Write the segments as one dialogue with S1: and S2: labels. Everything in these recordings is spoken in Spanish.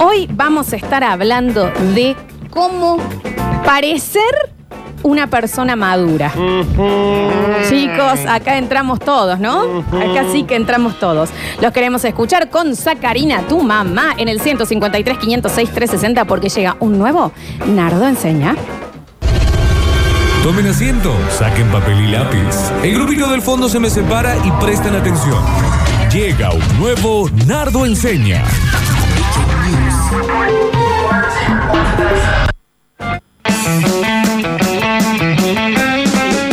S1: Hoy vamos a estar hablando de cómo parecer una persona madura. Chicos, acá entramos todos, ¿no? Acá sí que entramos todos. Los queremos escuchar con Sacarina, tu mamá, en el 153 506 360 porque llega un nuevo Nardo Enseña.
S2: Tomen asiento, saquen papel y lápiz. El grupito del fondo se me separa y prestan atención. Llega un nuevo Nardo Enseña.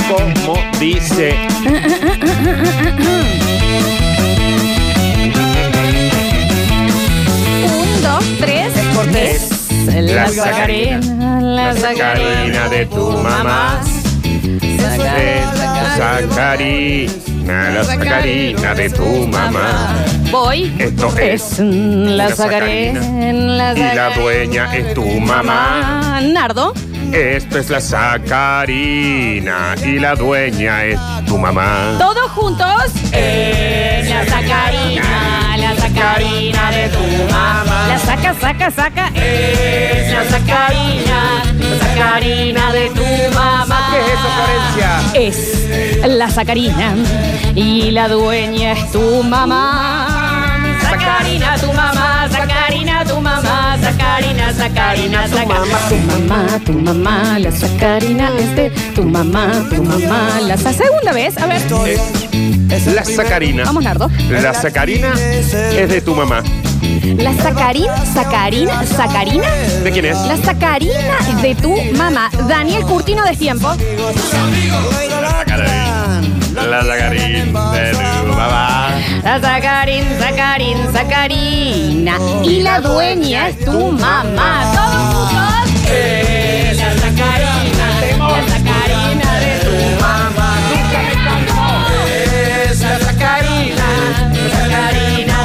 S3: Como dice.
S1: Un, dos, tres. Es
S3: cortés.
S1: La
S3: La
S1: Sacarina. La
S3: Sacarina de tu mamá. de Sacarina, la Sacarina de tu mamá.
S1: Voy.
S3: Esto es.
S1: Es la
S3: La
S1: Sacarina.
S3: Sacarina. Y la dueña es tu mamá.
S1: Nardo.
S3: Esto es la Sacarina y la dueña es tu mamá.
S1: Todos juntos. Eh, la sacarina, la sacarina de tu mamá. La saca, saca, saca. Es la sacarina, la sacarina de tu mamá.
S3: ¿Qué es eso, Florencia?
S1: Es la sacarina y la dueña es tu mamá. Sacarina, tu mamá, sacarina, tu mamá, sacarina, sacarina, sacarina. Tu mamá, tu mamá, la sacarina es de tu mamá, tu mamá, la sa- Segunda vez, a ver.
S3: Es la Sacarina.
S1: Vamos, Nardo.
S3: La Sacarina es de tu mamá.
S1: La sacarina, sacarina, sacarina.
S3: ¿De quién es?
S1: La sacarina es de tu mamá. Daniel Curtino de tiempo.
S3: La Sacarina de tu mamá.
S1: La sacarín, sacarín, sacarina. Y la dueña es tu mamá. Todos juntos. Eh, La sacarina, la sacarina de tu mamá.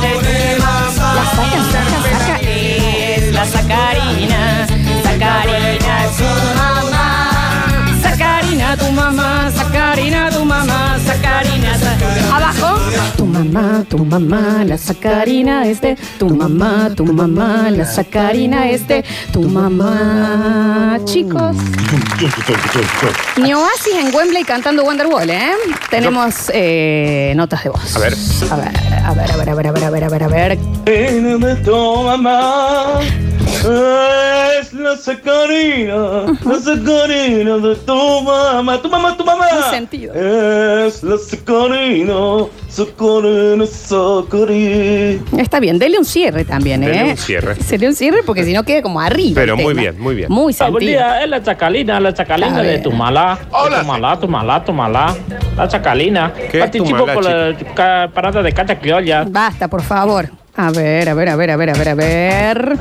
S1: La saca, saca, saca. Es la sacarina, sacarina es tu mamá. Sacarina, tu mamá, sacarina, tu mamá, sacarina. sa- Abajo.
S4: Tu mamá, tu mamá, la sacarina este. Tu mamá, tu mamá, la sacarina este. Tu mamá.
S1: Chicos. Ni Oasis en Wembley cantando Wonderwall, ¿eh? Tenemos eh, notas de voz.
S3: A ver.
S1: A ver, a ver, a ver, a ver, a ver, a ver, a ver, a ver.
S5: Sacarina de tu mamá es la sacarina, la sacarina de tu mamá, tu mamá, tu mamá.
S1: Un sentido.
S5: Es la sacarina, sacarina, sacarina.
S1: Está bien, dele un cierre también, ¿eh?
S3: Dele un cierre.
S1: Dele un cierre porque si no queda como arriba.
S3: Pero
S1: el
S3: muy
S1: tema.
S3: bien, muy bien.
S1: Muy
S6: La
S1: sentido.
S6: es la chacalina, la
S1: A
S6: chacalina
S1: ver.
S6: de tu mala.
S3: Hola.
S6: Tu mala, tu mala, tu mala. La chacalina.
S3: ¿Qué es tu
S6: Participo
S3: mala,
S6: por la ca- parada de cacha criolla.
S1: Basta, por favor. A ver, a ver, a ver, a ver, a ver, a ver.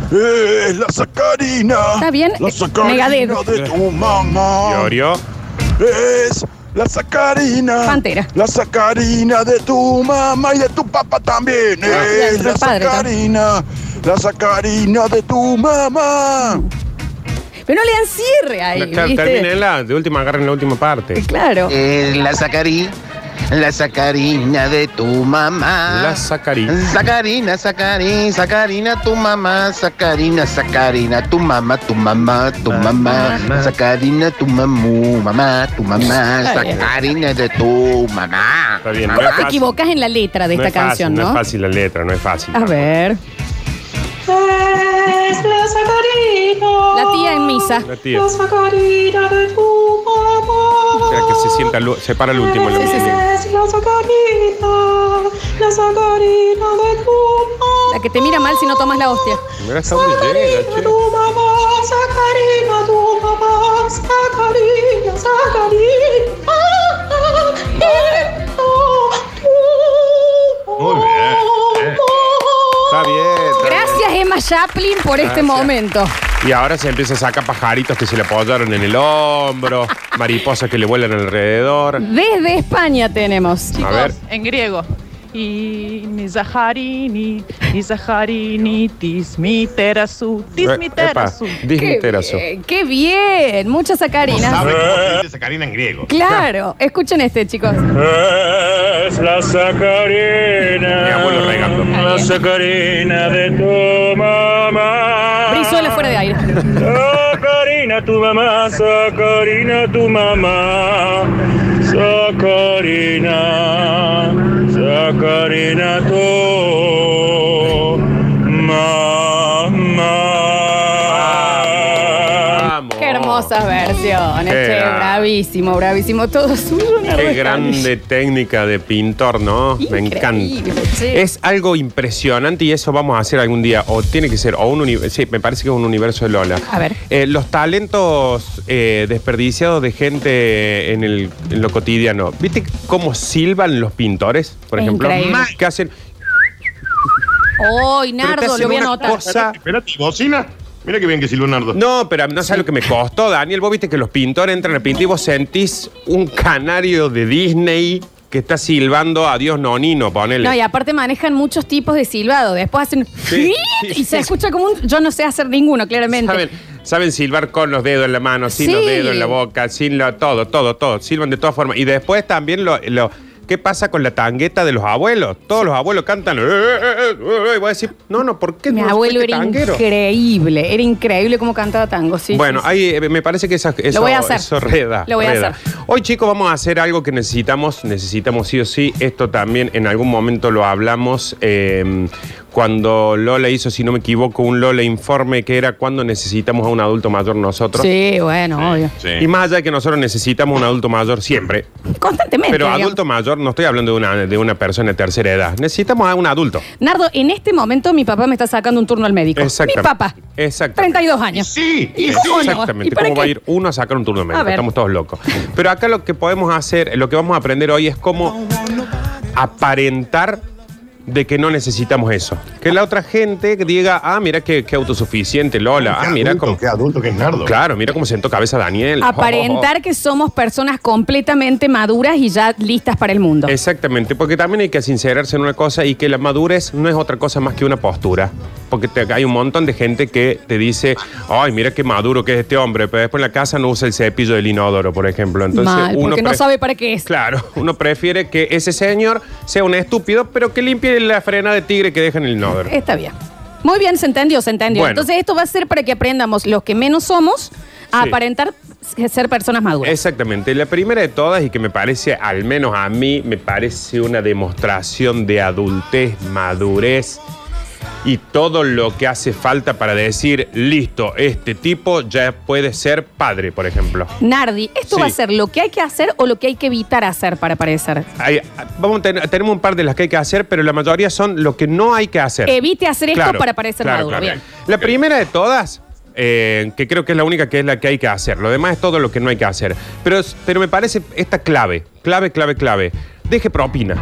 S7: Es la sacarina.
S1: Está bien. eh,
S7: La sacarina
S1: Megadeth.
S7: de tu mamá.
S3: Llorio.
S7: Es la sacarina.
S1: Pantera.
S7: La sacarina de tu mamá y de tu papá también.
S1: Ah, de
S7: Es
S1: tu
S7: la
S1: padre
S7: sacarina. La sacarina de tu mamá.
S1: Pero no le dan cierre ahí, ¿viste?
S3: Termínenla, de última agarren la última parte.
S1: Claro.
S8: Es Eh, la sacarina, la sacarina de tu mamá.
S3: La Sacarina.
S8: Sacarina, sacarina, sacarina, tu mamá, sacarina, sacarina, tu mamá, tu mamá, tu mamá, sacarina, tu mamú, mamá, tu mamá,
S1: Está bien.
S8: sacarina de tu mamá.
S3: Está bien, no
S1: ¿Cómo
S3: es
S1: te
S3: fácil.
S1: equivocas en la letra de
S3: No
S1: esta
S3: es fácil,
S1: canción, no?
S3: No es fácil la letra, no es fácil.
S1: A ver.
S9: Es la sacarina.
S1: La tía en misa.
S3: La tía.
S9: La sacarina de tu mamá.
S3: Espera que se sienta, lu- se para el último. el
S9: Es
S3: último.
S9: la sacarina. La sacarina de tu mamá.
S1: La que te mira mal si no tomas la hostia.
S3: Mira hasta dónde llega,
S9: Sacarina, tu mamá. Sacarina, tu mamá. Sacarina, sacarina. de tu
S3: Muy bien, bien.
S9: mamá.
S3: Está bien. está bien.
S1: Gracias, Emma Chaplin, por este
S3: Gracias.
S1: momento.
S3: Y ahora se empieza a sacar pajaritos que se le apoyaron en el hombro, mariposas que le vuelan alrededor.
S1: Desde España tenemos.
S3: A ver.
S10: En griego. Zaharini, Zaharini, y Zaharini, tismi terasu, tismi terasu.
S1: Qué
S3: Dismiterazo.
S1: bien, qué bien, mucha sacarina.
S11: sacarina en griego.
S1: Claro, escuchen este, chicos.
S5: Es la sacarina. Mi abuelo La sacarina de tu mamá.
S1: Brizuela fuera de aire.
S5: Sacarina tu mamá, Sacarina tu mamá, Sacarina, Sacarina tu mamá.
S1: Qué hermosas versiones,
S3: Qué
S1: che,
S3: gran-
S1: bravísimo, bravísimo. Todo suyo, una
S3: Qué
S1: rosca.
S3: grande técnica de pintor, ¿no? Me encanta.
S1: sí.
S3: Es algo impresionante y eso vamos a hacer algún día. O tiene que ser, o un universo. Sí, me parece que es un universo de Lola.
S1: A ver.
S3: Eh, los talentos eh, desperdiciados de gente en, el- en lo cotidiano. ¿Viste cómo silban los pintores, por
S1: Es
S3: ejemplo?
S1: increíble.
S3: Ma- Que hacen.
S1: Hoy,
S3: Pero te
S1: Nardo,
S3: hacen
S1: lo voy a
S3: una
S1: anotar.
S3: cosa-
S11: Espérate, ¿y bocina? Mira que bien que silbó Nardo.
S3: No, pero no sabes lo que me costó, Daniel. Vos viste que los pintores entran a pintar y vos sentís un canario de Disney que está silbando a Dios Nonino, ponele.
S1: No, y aparte manejan muchos tipos de silbado. Después hacen
S3: Sí.
S1: y se escucha como un. Yo no sé hacer ninguno, claramente.
S3: ¿Saben? Saben silbar con los dedos en la mano, sin
S1: Sí.
S3: los dedos en la boca, sin la, todo, todo, todo. Silban de todas formas. Y después también lo, lo- ¿Qué pasa con la tangueta de los abuelos? Todos los abuelos cantan. "Eh, eh, eh, eh", Y voy a decir, no, no, ¿por qué
S1: Mi
S3: no
S1: abuelo
S3: fuiste
S1: era
S3: tanguero?
S1: increíble, era increíble cómo cantaba tango. Sí,
S3: bueno,
S1: sí, sí.
S3: ahí eh, me parece que esa, eso,
S1: voy a hacer.
S3: eso reda.
S1: Lo voy a
S3: reda.
S1: hacer.
S3: Hoy, chicos, vamos a hacer algo que necesitamos, necesitamos sí o sí. Esto también en algún momento lo hablamos eh, cuando Lola hizo, si no me equivoco, un Lola informe que era cuando necesitamos a un adulto mayor nosotros.
S1: Sí, bueno, obvio.
S3: Y más allá de que nosotros necesitamos un adulto mayor siempre,
S1: Constantemente.
S3: pero
S1: digamos.
S3: adulto mayor, no estoy hablando de una, de una persona de tercera edad, necesitamos a un adulto.
S1: Nardo, en este momento mi papá me está sacando un turno al médico.
S3: Exactamente.
S1: Mi papá,
S3: Exactamente.
S1: 32 años.
S11: Sí,
S1: ¿Y
S11: sí.
S1: cómo no? ¿Y
S3: Exactamente,
S1: para
S3: ¿cómo va a
S1: qué?
S3: ir uno a sacar un turno médico?
S1: ver.
S3: Estamos todos locos. Pero acá lo que podemos hacer, lo que vamos a aprender hoy es cómo aparentar de que no necesitamos eso. Que la otra gente diga, ah, mira qué, qué autosuficiente Lola, ah,
S11: Qué
S3: mira
S11: adulto,
S3: cómo...
S11: Qué adulto que es Nardo.
S3: Claro, mira cómo sentó cabeza Daniel.
S1: Aparentar que somos personas completamente maduras y ya listas para el mundo.
S3: Exactamente, porque también hay que sincerarse en una cosa y que la madurez no es otra cosa más que una postura. Porque te- hay un montón de gente que te dice, ay, mira qué maduro que es este hombre, pero después en la casa no usa el cepillo del inodoro, por ejemplo. Entonces,
S1: Mal,
S3: uno
S1: porque no
S3: pre-
S1: sabe para qué es.
S3: Claro, uno prefiere que ese señor sea un estúpido, pero que limpie la frena de tigre que deja en el inodoro.
S1: Está bien. Muy bien, se entendió, se entendió.
S3: Bueno.
S1: Entonces esto va a ser para que aprendamos los que menos somos a
S3: Sí.
S1: aparentar ser personas maduras.
S3: Exactamente, la primera de todas y que me parece, al menos a mí, me parece una demostración de adultez, madurez y todo lo que hace falta para decir, listo, este tipo ya puede ser padre, por ejemplo.
S1: Nardi, ¿esto
S3: Sí.
S1: va a ser lo que hay que hacer o lo que hay que evitar hacer para aparecer?
S3: Ahí, vamos a tener- tenemos un par de las que hay que hacer, pero la mayoría son lo que no hay que hacer.
S1: Evite hacer esto
S3: Claro,
S1: para parecer
S3: claro,
S1: maduro.
S3: claro.
S1: Bien.
S3: La primera de todas, eh, que creo que es la única que es la que hay que hacer. Lo demás es todo lo que no hay que hacer. Pero, es- pero me parece esta clave, clave, clave, clave. Deje propina.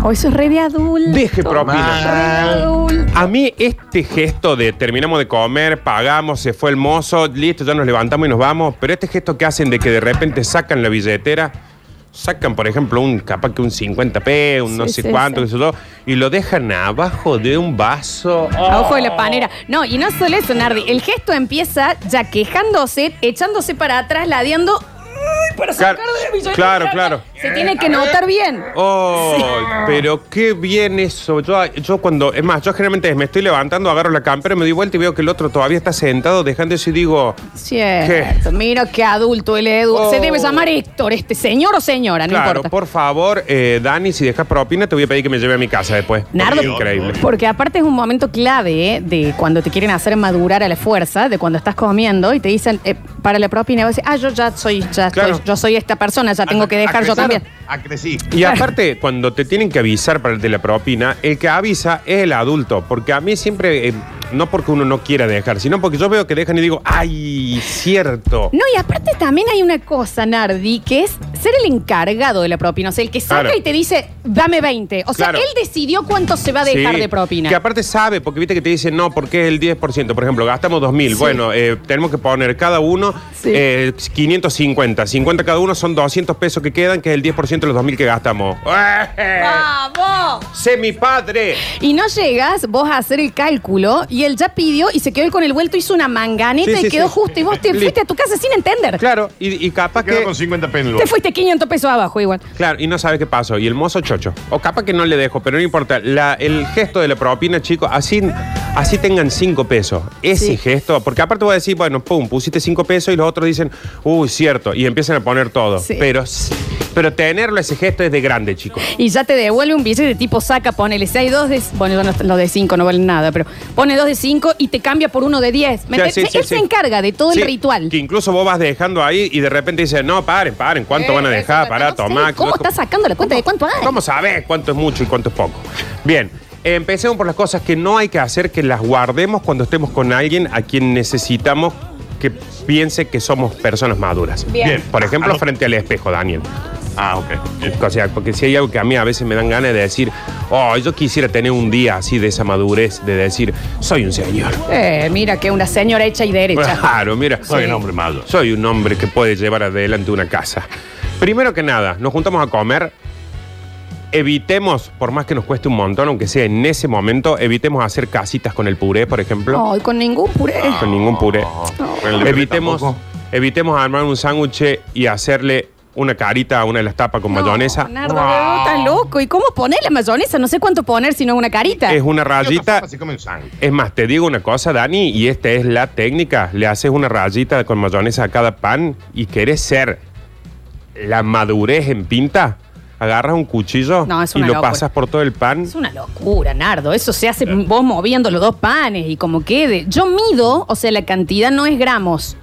S1: O Oh, eso es re de adulto.
S3: Deje
S1: Re de
S3: propina.
S1: adulto.
S3: A mí este gesto de terminamos de comer, pagamos, se fue el mozo, listo, ya nos levantamos y nos vamos, pero este gesto que hacen de que de repente sacan la billetera, sacan por ejemplo un capaz que un 50p, un no
S1: Sí,
S3: sé
S1: sí,
S3: cuánto,
S1: sí.
S3: qué sé yo, y lo dejan abajo de un vaso.
S1: A ojo de la panera. No, y no solo eso, Nardi. El gesto empieza ya quejándose, echándose para atrás, ladeando. ¡ay, para sacar
S3: Claro,
S1: de billete!
S3: claro, claro.
S1: Se tiene que notar bien.
S3: Oh, pero qué bien eso. Yo, yo cuando, es más, yo generalmente me estoy levantando, agarro la campera, me doy vuelta y veo que el otro todavía está sentado dejando eso y digo,
S1: Cierto. Mira qué adulto el Edu.
S3: Oh.
S1: Se debe llamar Héctor, este señor o señora, no
S3: claro,
S1: importa.
S3: por favor, eh, Dani, si dejas propina, te voy a pedir que me lleve a mi casa después.
S1: Nardo.
S3: Increíble.
S1: Porque aparte es un momento clave ¿eh? de cuando te quieren hacer madurar a la fuerza, de cuando estás comiendo y te dicen eh, para la propina, vos decís, ah, yo ya soy, ya
S3: Claro.
S1: soy- yo soy esta persona, ya tengo que dejar yo también.
S11: A crecí.
S3: Y aparte, cuando te tienen que avisar para el de la propina, el que avisa es el adulto. Porque a mí siempre, eh, no porque uno no quiera dejar, sino porque yo veo que dejan y digo, ¡ay, cierto!
S1: No, y aparte también hay una cosa, Nardi, que es ser el encargado de la propina, o sea, el que saca
S3: Claro.
S1: y te dice, dame 20. O sea,
S3: Claro.
S1: él decidió cuánto se va a dejar
S3: Sí,
S1: de propina.
S3: Que aparte sabe, porque viste que te dicen, no, porque es el 10%. Por ejemplo, gastamos 2.000. Bueno, eh, tenemos que poner cada uno eh, 550. 50 cada uno son 200 pesos que quedan, que es el 10% de los 2.000 que gastamos.
S1: ¡Vamos!
S3: ¡Sé mi padre!
S1: Y no llegas vos a hacer el cálculo y él ya pidió y se quedó él con el vuelto, hizo una manganeta
S3: Sí, sí,
S1: y quedó
S3: sí.
S1: justo y vos te
S3: Li-
S1: fuiste a tu casa sin entender.
S3: Claro, y, y capaz que... con 50
S1: Te fuiste 500 pesos abajo igual.
S3: Claro, y no sabe qué pasó. Y el mozo chocho. O capaz que no le dejo, pero no importa. La- el gesto de la propina, chicos, así, así tengan cinco pesos. Ese gesto, porque aparte voy a decir, bueno, pum, pusiste cinco pesos y los otros dicen, uy, cierto, y empiezan a poner todo.
S1: Sí.
S3: Pero, s- pero tenerlo, ese gesto es de grande, chicos.
S1: Y ya te devuelve un billete de tipo saca, ponele. Si hay dos de. Bueno, no- los de cinco no valen nada, pero pone dos de cinco y te cambia por uno de diez. ¿Me
S3: Ya,
S1: enten-
S3: sí, sí,
S1: él
S3: sí.
S1: se encarga de todo
S3: Sí,
S1: el ritual.
S3: Que incluso vos vas dejando ahí y de repente dices, no, paren, paren, ¿cuánto
S1: Eh,
S3: van a
S1: eso
S3: dejar?
S1: no
S3: Pará, tomá.
S1: ¿Cómo estás sacando la cuenta de cuánto hay?
S3: ¿Cómo sabes cuánto es mucho y cuánto es poco? Bien, empecemos por las cosas que no hay que hacer, que las guardemos cuando estemos con alguien a quien necesitamos que piense que somos personas maduras.
S11: Bien. Bien.
S3: Por ejemplo, frente al espejo, Daniel. Ah, ok. O sea, porque si hay algo que a mí a veces me dan ganas de decir, oh, yo quisiera tener un día así de esa madurez, de decir, soy un señor.
S1: Eh, mira que una señora hecha y derecha.
S3: Claro, mira.
S1: Soy un
S3: hombre malo. Soy un hombre que puede llevar adelante una casa. Primero que nada, nos juntamos a comer. Evitemos, por más que nos cueste un montón, aunque sea en ese momento, evitemos hacer casitas con el puré, por ejemplo.
S1: No, y con ningún puré.
S3: Ah, Con ningún puré.
S11: Con el de puré
S3: Evitemos,
S11: tampoco.
S3: evitemos armar un sándwich y hacerle una carita a una de las tapas con mayonesa.
S1: Nardo, boludo, estás loco. ¿Y cómo poner la mayonesa? No sé cuánto poner, sino una carita.
S3: Es una rayita. Es más, te digo una cosa, Dani, y esta es la técnica. Le haces una rayita con mayonesa a cada pan y querés ser la madurez en pinta. Agarras un cuchillo
S1: No, es
S3: y
S1: una
S3: lo
S1: locura.
S3: pasas por todo el pan.
S1: Es una locura, Nardo. Eso se hace vos moviendo los dos panes y como quede. Yo mido, o sea, la cantidad no es gramos,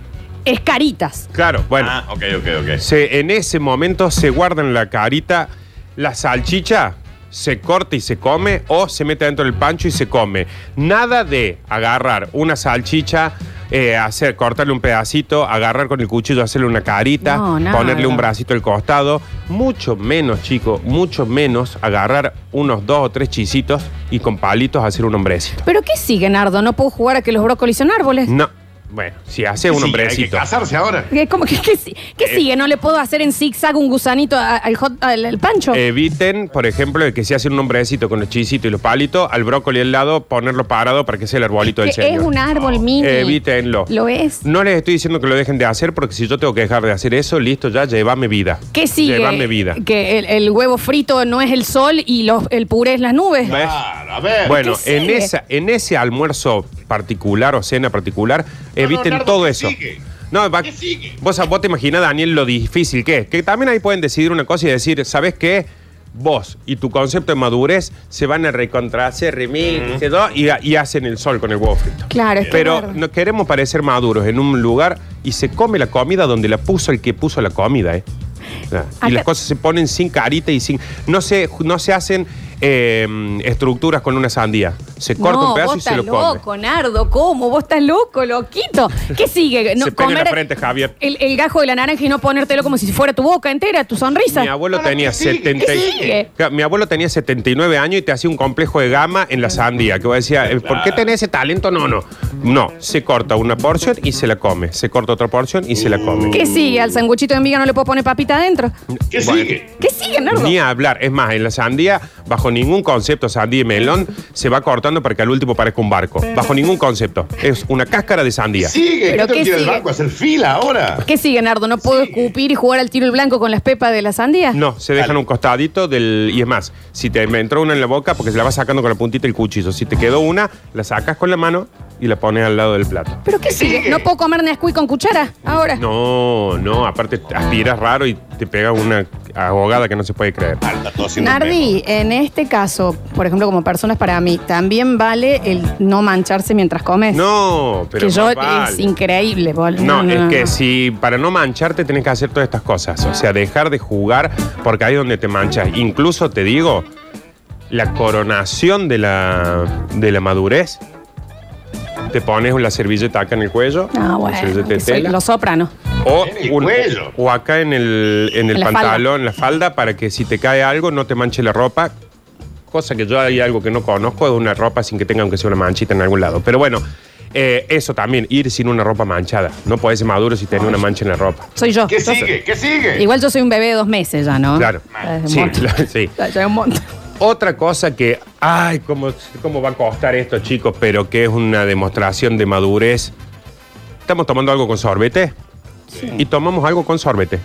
S1: es caritas.
S3: Claro, bueno.
S11: Ah,
S3: ok, ok, ok. Se, en ese momento se guarda en la carita la salchicha, se corta y se come, o se mete dentro del pancho y se come. Nada de agarrar una salchicha, eh, hacer, cortarle un pedacito, agarrar con el cuchillo, hacerle una carita,
S11: No, nada.
S3: ponerle un bracito al costado. Mucho menos, chico, mucho menos agarrar unos dos o tres chisitos y con palitos hacer un hombrecito.
S1: ¿Pero qué sigue, Nardo? No puedo jugar a que los brócolis son árboles.
S3: No. Bueno, si hace un
S11: Sí, hay que
S3: hombrecito.
S11: casarse ahora.
S1: ¿Qué, cómo que- qué si- qué
S3: Eh.
S1: sigue? ¿No le puedo hacer en zigzag un gusanito a- al, hot- al- al pancho?
S3: Eviten, por ejemplo, el que se hace un hombrecito con los chisitos y los palitos, al brócoli al lado, ponerlo parado para que sea el arbolito
S1: que
S3: del señor.
S1: es un árbol mini.
S3: Evítenlo.
S1: Lo es.
S3: No les estoy diciendo que lo dejen de hacer, porque si yo tengo que dejar de hacer eso, listo, ya, llévame vida.
S1: ¿Qué sigue?
S3: Llévame vida.
S1: Que el, el huevo frito no es el sol y los- el puré es las nubes.
S3: ¿Ves?
S11: ver.
S3: Bueno,
S1: ¿Qué
S3: en,
S1: sigue?
S3: esa, en ese almuerzo particular o cena particular, eviten
S11: Nardo,
S3: todo
S11: ¿qué
S3: eso.
S11: sigue?
S3: No, va- Vos, vos te imaginás, Daniel, lo difícil que es. Que también ahí pueden decidir una cosa y decir, ¿sabes qué? Vos y tu concepto de madurez se van a recontrahacer, remil, y todo, y, y hacen el sol con el huevo frito.
S1: Claro, es que
S3: Pero
S1: Nardo-
S3: no queremos parecer maduros en un lugar y se come la comida donde la puso el que puso la comida, ¿eh? O sea,
S1: Acá-
S3: Y las cosas se ponen sin carita y sin. No se, no se hacen eh, estructuras con una sandía. Se corta
S1: no,
S3: un pedazo
S1: vos
S3: y se
S1: estás
S3: lo come.
S1: loco, Nardo, ¿cómo? Vos estás loco, loquito. ¿Qué sigue? No,
S3: se pega en la frente, Javier.
S1: el, el gajo de la naranja y no ponértelo como si fuera tu boca entera, tu sonrisa.
S3: Mi abuelo tenía
S1: ¿qué sigue?
S3: 70 y-
S1: ¿Qué sigue?
S3: Claro, Mi abuelo tenía 79 años y te hacía un complejo de gama en la sandía. Que vos decías, eh, ¿por qué tenés ese talento? No, no. No, se corta una porción y se la come. Se corta otra porción y se la come.
S1: ¿Qué sigue? ¿Al sanguchito de miga no le puedo poner papita adentro?
S3: ¿Qué
S1: ¿Qué sigue, Nardo?
S3: Ni a hablar. Es más, en la sandía, bajo ningún concepto, sandía y melón, se va cortando para que al último parezca un barco. Bajo ningún concepto. Es una cáscara de sandía.
S11: Sigue,
S1: ¿Pero
S11: ¿qué
S1: qué
S11: te ir al
S1: sigue?
S11: banco a hacer fila ahora?
S1: ¿Qué sigue, Nardo? ¿No puedo escupir y jugar al tiro el blanco con las pepas de la sandía?
S3: No, se dejan un costadito del. Y es más, si te me entró una en la boca, porque se la vas sacando con la puntita del cuchillo. Si te quedó una, la sacas con la mano y la pones al lado del plato.
S1: ¿Pero qué sigue? ¿No puedo comer Nesquik con cuchara ahora?
S3: No, no, aparte aspiras raro y te pega una ahogada que no se puede creer.
S1: Nardi, en este caso, por ejemplo, como personas para mí, ¿también vale el no mancharse mientras comes?
S3: No, pero
S1: Que yo eh,
S3: más vale.
S1: es increíble, bol.
S3: No, es que
S1: no.
S3: si para no mancharte tenés que hacer todas estas cosas. O sea, dejar de jugar porque ahí es donde te manchas. Incluso te digo, la coronación de la, de la madurez. Te pones la servilleta acá en el cuello.
S1: Ah,
S3: la
S1: bueno,
S3: servilleta de
S1: que soy
S3: tela.
S1: Los soprano.
S3: O,
S11: En el
S3: un-
S11: cuello.
S3: o acá en el, en el
S1: En la
S3: pantalón, en la falda, para que si te cae algo no te manche la ropa. Cosa que yo hay algo que no conozco, es una ropa sin que tenga aunque sea una manchita en algún lado. Pero bueno, eh, eso también, ir sin una ropa manchada. No podés ser maduro si tenés una mancha en la ropa.
S1: Soy yo.
S11: ¿Qué
S1: Yo soy-
S11: sigue? ¿Qué sigue?
S1: Igual yo soy un bebé de dos meses ya, ¿no?
S3: Claro.
S1: Ya es un
S3: Sí,
S1: montón.
S3: la- sí.
S1: Ya- ya es un montón.
S3: Otra cosa que, ay, cómo, cómo va a costar esto, chicos, pero que es una demostración de madurez. Estamos tomando algo con sorbete y tomamos algo con sorbete.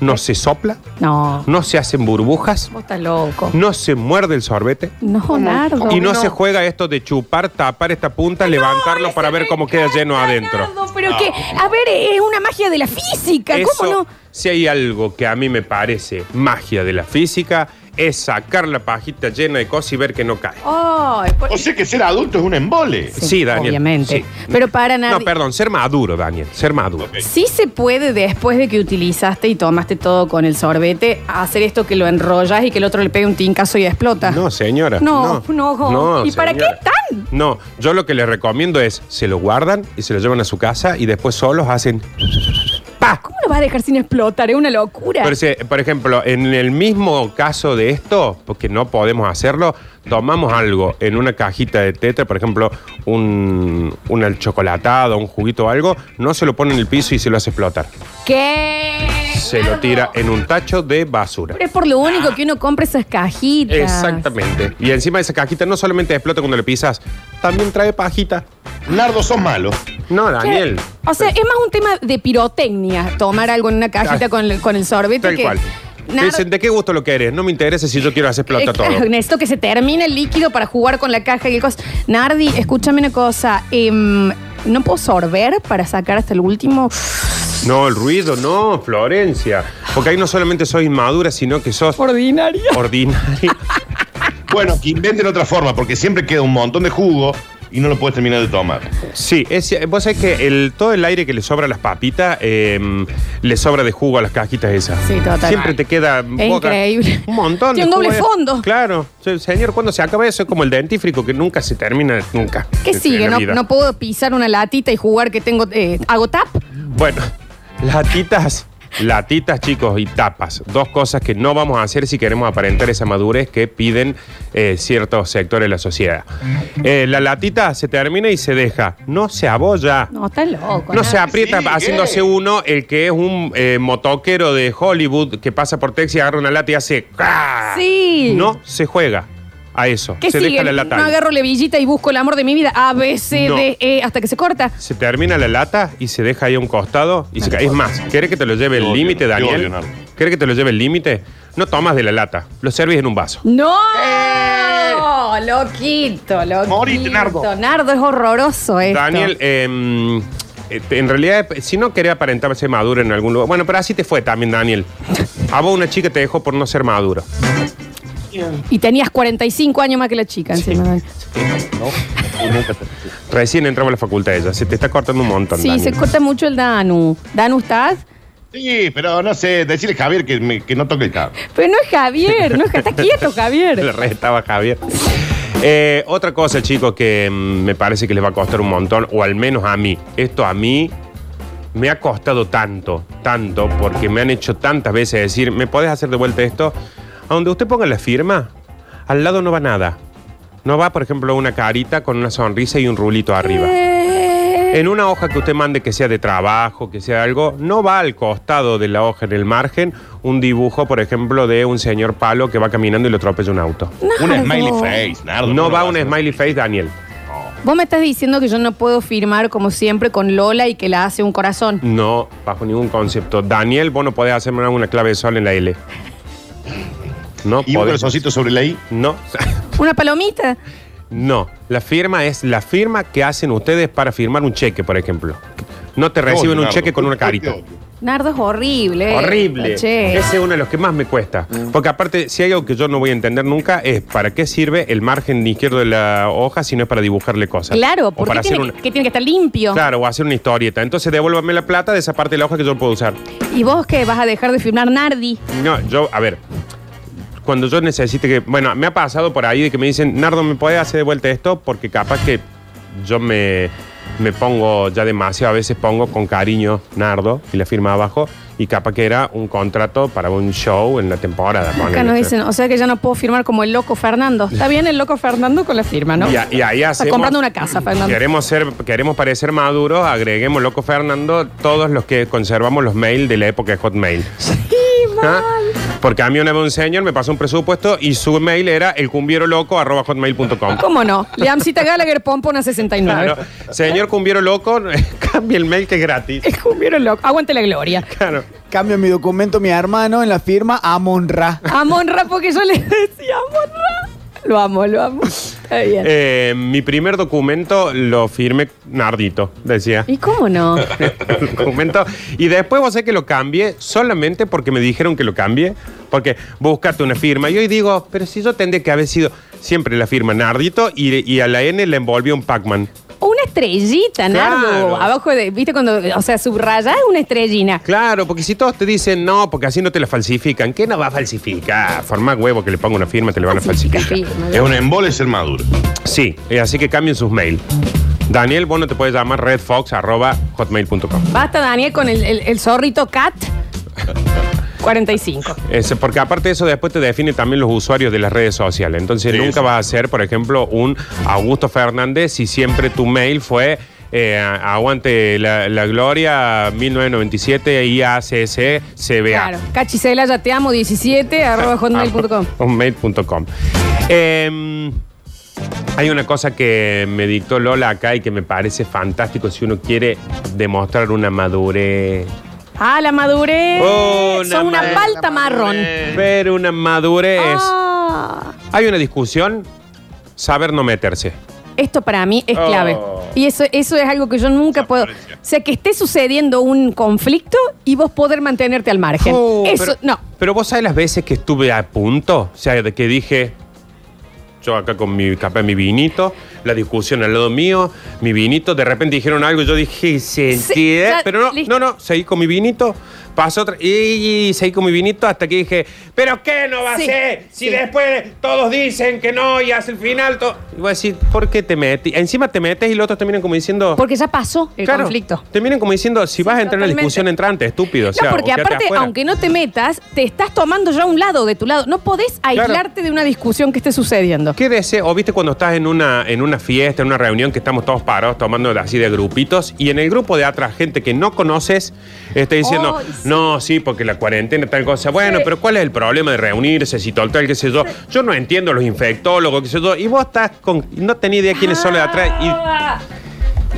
S3: No se sopla,
S1: No,
S3: no se hacen burbujas,
S1: vos estás loco.
S3: no se muerde el sorbete
S1: No, Nardo.
S3: y no, se juega esto de chupar, tapar esta punta, levantarlo para ver cómo queda lleno adentro.
S1: Nardo, pero que, a ver, es una magia de la física, ¿cómo no?
S3: Si hay algo que a mí me parece magia de la física, es sacar la pajita llena de cosas y ver que no cae.
S1: Ay, por-
S11: O sea que ser adulto es un embole.
S3: Sí, Daniel.
S1: Obviamente.
S3: sí.
S1: Pero para nadie.
S3: No, perdón, ser maduro, Daniel. Ser maduro.
S1: Sí se puede después de que utilizaste y tomaste todo con el sorbete hacer esto que lo enrollas y que el otro le pegue un tincazo y explota.
S3: No, señora.
S1: No, no,
S3: No,
S1: ¿Y para qué
S3: señora.
S1: tan?
S3: No, yo lo que les recomiendo es se lo guardan y se lo llevan a su casa y después solos hacen. ¡Pa!
S1: ¿Cómo lo vas a dejar sin explotar? Es una locura.
S3: Pero si, por ejemplo, en el mismo caso de esto, porque no podemos hacerlo, tomamos algo en una cajita de tetra, por ejemplo, un, una chocolatada, un juguito o algo, no se lo pone en el piso y se lo hace explotar.
S1: ¿Qué?
S3: Se lo tira en un tacho de basura.
S1: Pero es por lo único que uno compra esas cajitas.
S3: Exactamente. Y encima de esa cajita no solamente explota cuando le pisas, también trae pajita.
S11: Nardo, sos malo.
S3: No,
S1: ¿Qué?
S3: Daniel.
S1: O sea, es más un tema de pirotecnia, tomar algo en una cajita
S3: Ah,
S1: con, el- con el sorbete.
S3: Tal
S1: que
S3: cual. Te
S1: Nada-
S3: dicen, ¿de qué gusto lo que eres? No me interesa si yo quiero hacer explota
S1: Eh, claro,
S3: todo.
S1: Necesito que se termine el líquido para jugar con la caja y el cos. Nardi, escúchame una cosa. em, ¿No puedo sorber para sacar hasta el último?
S3: No, el ruido, no, Florencia. Porque ahí no solamente sos inmadura, sino que sos
S1: Ordinaria.
S3: ordinaria.
S11: Bueno, que inventen otra forma, porque siempre queda un montón de jugo y no lo puedes terminar de tomar.
S3: Sí, es, vos sabés que el, todo el aire que le sobra a las papitas, em, le sobra de jugo a las cajitas esas.
S1: Sí, total.
S3: Siempre te queda boca-
S1: increíble.
S3: un montón.
S1: Tiene
S3: de
S1: un doble
S3: jugo.
S1: fondo.
S3: Claro. Se- Señor, cuando se acaba eso es como el dentífrico que nunca se termina, nunca.
S1: ¿Qué
S3: En
S1: sigue?
S3: la
S1: No,
S3: vida.
S1: no puedo pisar una latita y jugar que tengo. eh, ¿Hago tap?
S3: Bueno, latitas, latitas, chicos, y tapas. Dos cosas que no vamos a hacer si queremos aparentar esa madurez que piden eh, ciertos sectores de la sociedad. Eh, la latita se termina y se deja. No se abolla.
S1: No, estás loco.
S3: No
S1: Nardi.
S3: se aprieta
S11: Sí,
S3: haciéndose
S11: ¿qué?
S3: uno el que es un eh, motoquero de Hollywood que pasa por Texas y agarra una lata y hace. ¡ca!
S1: Sí.
S3: No se juega a eso.
S1: ¿Qué
S3: se
S1: sigue?
S3: deja la lata.
S1: no
S3: ahí.
S1: agarro levillita y busco el amor de mi vida. A, B, C,
S3: No.
S1: D, E, hasta que se corta.
S3: Se termina la lata y se deja ahí a un costado y se cae. Es más, ¿querés que te lo lleve
S11: Te
S3: el
S11: odio,
S3: límite,
S11: te odio,
S3: Daniel?
S11: Nardo.
S3: ¿Querés que te lo lleve el límite? No tomas de la lata, lo servís en un vaso.
S1: ¡No! Loquito, loquito.
S11: Morite, ¡Eh! Nardo.
S1: Nardo, es horroroso esto.
S3: Daniel, eh, eh, en realidad, si no querés aparentarse maduro en algún lugar. Bueno, pero así te fue también, Daniel. A vos una chica te dejó por no ser maduro.
S1: Y tenías 45 años más que la chica encima. Sí,
S3: Recién entraba a la facultad ella. Se te está cortando un montón. Daniel.
S1: se corta mucho el Danu. Danu, ¿estás?
S11: Sí, pero no sé, decirle a Javier que, me- que no toque el cable.
S1: Pero no es Javier, no es Javier. Está quieto,
S3: Le
S1: Javier.
S3: restaba Javier. Eh, otra cosa, chicos, que mm, me parece que les va a costar un montón, o al menos a mí. Esto a mí me ha costado tanto, tanto, porque me han hecho tantas veces decir, ¿me podés hacer de vuelta esto? A donde usted ponga la firma, al lado no va nada. No va, por ejemplo, una carita con una sonrisa y un rulito arriba.
S1: Eh,
S3: En una hoja que usted mande que sea de trabajo, que sea algo, no va al costado de la hoja en el margen un dibujo, por ejemplo, de un señor palo que va caminando y lo atropella un auto.
S11: Una smiley face, Nardo.
S3: No
S11: ¿cómo
S3: va
S11: lo
S3: un
S11: vas a hacer?
S3: smiley face, Daniel.
S1: Vos me estás diciendo que yo no puedo firmar como siempre con Lola y que la hace un corazón.
S3: No, bajo ningún concepto. Daniel, vos no podés hacerme una clave de sol en la L. No
S11: Y un
S3: podés.
S11: corazoncito sobre la I.
S3: No,
S1: ¿Una palomita?
S3: no. La firma es la firma que hacen ustedes para firmar un cheque, por ejemplo. No te reciben un
S11: Nardo,
S3: cheque con una
S11: te
S3: carita.
S11: odio.
S1: Nardo es horrible.
S3: Horrible.
S1: Che. Mm.
S3: Ese es uno de los que más me cuesta. Porque aparte, si hay algo que yo no voy a entender nunca, es para qué sirve el margen izquierdo de la hoja si no es para dibujarle cosas.
S1: Claro,
S3: O
S1: porque
S3: para hacer
S1: tiene,
S3: una-
S1: que, que tiene que estar limpio.
S3: Claro, o hacer una historieta. Entonces devuélvame la plata de esa parte de la hoja que yo puedo usar.
S1: ¿Y vos qué? ¿Vas a dejar de firmar Nardi?
S3: No, yo, a ver. Cuando yo necesite que. Bueno, me ha pasado por ahí de que me dicen, Nardo, ¿me puedes hacer de vuelta esto? Porque capaz que yo me. me pongo ya demasiado, a veces pongo con cariño Nardo y la firma abajo y capaz que era un contrato para un show en la temporada.
S1: Acá
S3: ponele.
S1: nos dicen, o sea que yo no puedo firmar como el loco Fernando. Está bien el loco Fernando con la firma, ¿no?
S3: Y, a- y ahí
S1: Está
S3: hacemos...
S1: comprando una casa, Fernando.
S3: Queremos, ser, queremos parecer maduros, agreguemos loco Fernando, todos los que conservamos los mails de la época de Hotmail. ¿Ah? Porque a mí una vez un señor me pasó un presupuesto y su mail era elcumvieroloco.hotmail.com.
S1: ¿Cómo no? Leamcita Gallagher Pompona 69.
S3: Claro. Señor Cumbiero Loco, cambie el mail que es gratis.
S1: El Cumbiero Loco. Aguante la gloria.
S3: Claro.
S12: Cambio mi documento, mi hermano, en la firma Amonra.
S1: Amonra, porque yo le decía Amonra. Lo amo, lo amo. Está bien.
S3: Eh, mi primer documento lo firmé Nardito, decía.
S1: ¿Y cómo no?
S3: El documento. Y después vos sé que lo cambié solamente porque me dijeron que lo cambie. Porque buscate una firma. Y hoy digo, pero si yo tendría que haber sido siempre la firma Nardito y, y a la N le envolvió un Pac-Man.
S1: O Una estrellita, Nardo.
S3: Claro.
S1: Abajo de, viste cuando, o sea, subrayás una estrellina.
S3: Claro, porque si todos te dicen no, porque así no te la falsifican, ¿qué no va a falsificar? Forma huevo que le ponga una firma, te la van a falsificar.
S11: Es un embole ser maduro.
S3: Sí, eh, así que cambien sus mails. Daniel, vos no te puedes llamar redfox.hotmail.com.
S1: Basta, Daniel, con el, el- el zorrito cat 45.
S3: Ese, porque aparte de eso, después te define también los usuarios de las redes sociales. Entonces, nunca vas a ser, por ejemplo, un Augusto Fernández si siempre tu mail fue eh, aguante la, la gloria 1997 IACC CBA.
S1: Claro. Cachicela, ya te amo, 17, arroba hotmail.com.
S3: Ah, Hotmail.com. Eh, hay una cosa que me dictó Lola acá y que me parece fantástico si uno quiere demostrar una madurez.
S1: Ah, la madurez.
S3: Oh,
S1: Son una
S3: madurez,
S1: palta marrón.
S3: Pero una madurez.
S1: Ah,
S3: Hay una discusión, saber no meterse.
S1: esto para mí es
S3: Oh.
S1: clave. Y eso, eso es algo que yo nunca puedo. O sea, que esté sucediendo un conflicto y vos poder mantenerte al margen.
S3: Oh,
S1: eso,
S3: pero-
S1: no.
S3: Pero vos sabés las veces que estuve a punto, o sea, de que dije, yo acá con mi capa, mi vinito, la discusión al lado mío, mi vinito, de repente dijeron algo, yo dije, sentí, eh",
S1: ya,
S3: pero no,
S1: listo.
S3: no, no, seguí con mi vinito, pasó otra, y, y seguí con mi vinito hasta que dije, pero ¿qué no va
S5: Sí,
S3: a ser? Si
S5: sí.
S3: después todos dicen que no y hace el final, todo. Y voy a decir, ¿por qué te metes? Encima te metes y los otros te miran como diciendo...
S1: Porque ya pasó el
S3: Claro,
S1: conflicto.
S3: Te miran como diciendo, si vas a entrar en la
S1: totalmente.
S3: discusión, entrante, estúpido. o
S1: No,
S3: sea, o
S1: porque
S3: quédate
S1: aparte,
S3: afuera.
S1: aunque no te metas, te estás tomando ya un lado de tu lado. No podés aislarte de una discusión que esté sucediendo.
S3: ¿Qué deseo? O viste cuando estás en una, en una fiesta, en una reunión que estamos todos parados tomando así de grupitos y en el grupo de atrás, gente que no conoces, está diciendo,
S5: Ay, sí.
S3: no, sí, porque la cuarentena tal cosa. Bueno, pero ¿cuál es el problema de reunirse? Si total, tal, qué sé yo. Yo no entiendo los infectólogos, qué sé yo. Y vos estás con. No tenés idea quiénes son los de atrás.
S1: Ah.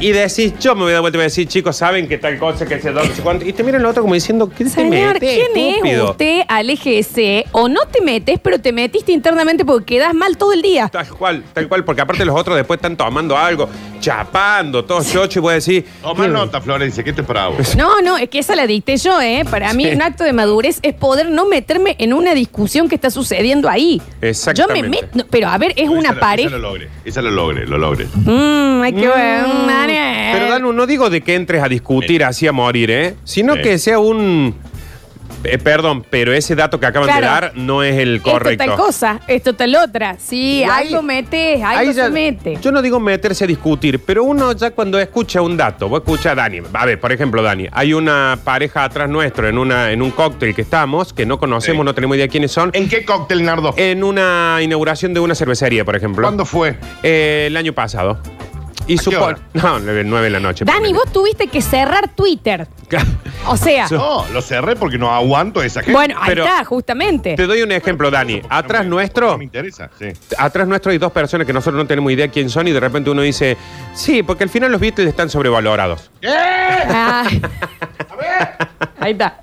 S3: Y, y decís, yo me voy a dar vuelta y voy a decir, chicos, saben que tal cosa, que sé yo, no sé cuánto. Y te miran el otro como diciendo, ¿qué te
S1: Señor,
S3: metes,
S1: ¿quién es
S3: estúpido?
S1: usted al EGC? O no te metes, pero te metiste internamente porque quedas mal todo el día.
S3: Tal cual, tal cual, porque aparte los otros después están tomando algo, chapando, todos chocho y "Mm, voy a decir.
S11: Toma nota, Florencia, que esto es para vos.
S1: No, no, es que esa la dicté yo, ¿eh? Para mí
S3: Sí.
S1: un acto de madurez es poder no meterme en una discusión que está sucediendo ahí. Yo me
S11: Exactamente.
S1: meto, no, pero a ver, es una
S11: Esa
S1: pareja.
S11: lo logre, esa lo logre, lo logre.
S1: Mm, hay que ver, Daniel.
S3: Pero Danu, no digo de que entres a discutir así a morir, ¿eh? Sino que sea un. eh, perdón, pero ese dato que acaban de
S1: Claro.
S3: dar no es el
S1: Esto tal
S3: correcto.
S1: cosa, esto tal otra. Sí,
S3: Y ahí-
S1: algo metes, algo
S3: ahí ya-
S1: se mete.
S3: Yo no digo meterse a discutir, pero uno ya cuando escucha un dato, vos escucha a Dani, a ver, por ejemplo, Dani, hay una pareja atrás nuestro en una en un cóctel que estamos, que no conocemos, no tenemos idea quiénes son.
S11: ¿En qué cóctel, Nardo?
S3: En una inauguración de una cervecería, por ejemplo. eh,
S11: ¿Cuándo fue?
S3: el año pasado. Y
S11: qué
S3: supo-
S11: hora?
S3: No, 9 de la noche.
S1: Dani, vos tuviste que cerrar Twitter. O sea,
S11: No, lo cerré porque no aguanto esa gente.
S1: bueno, ahí está, justamente.
S3: Te doy un ejemplo, Dani. Atrás nuestro. Me
S11: interesa, sí.
S3: Atrás nuestro hay dos personas que nosotros no tenemos idea quién son y de repente uno dice, sí, porque al final los Beatles están sobrevalorados.
S1: Ah. Ahí está.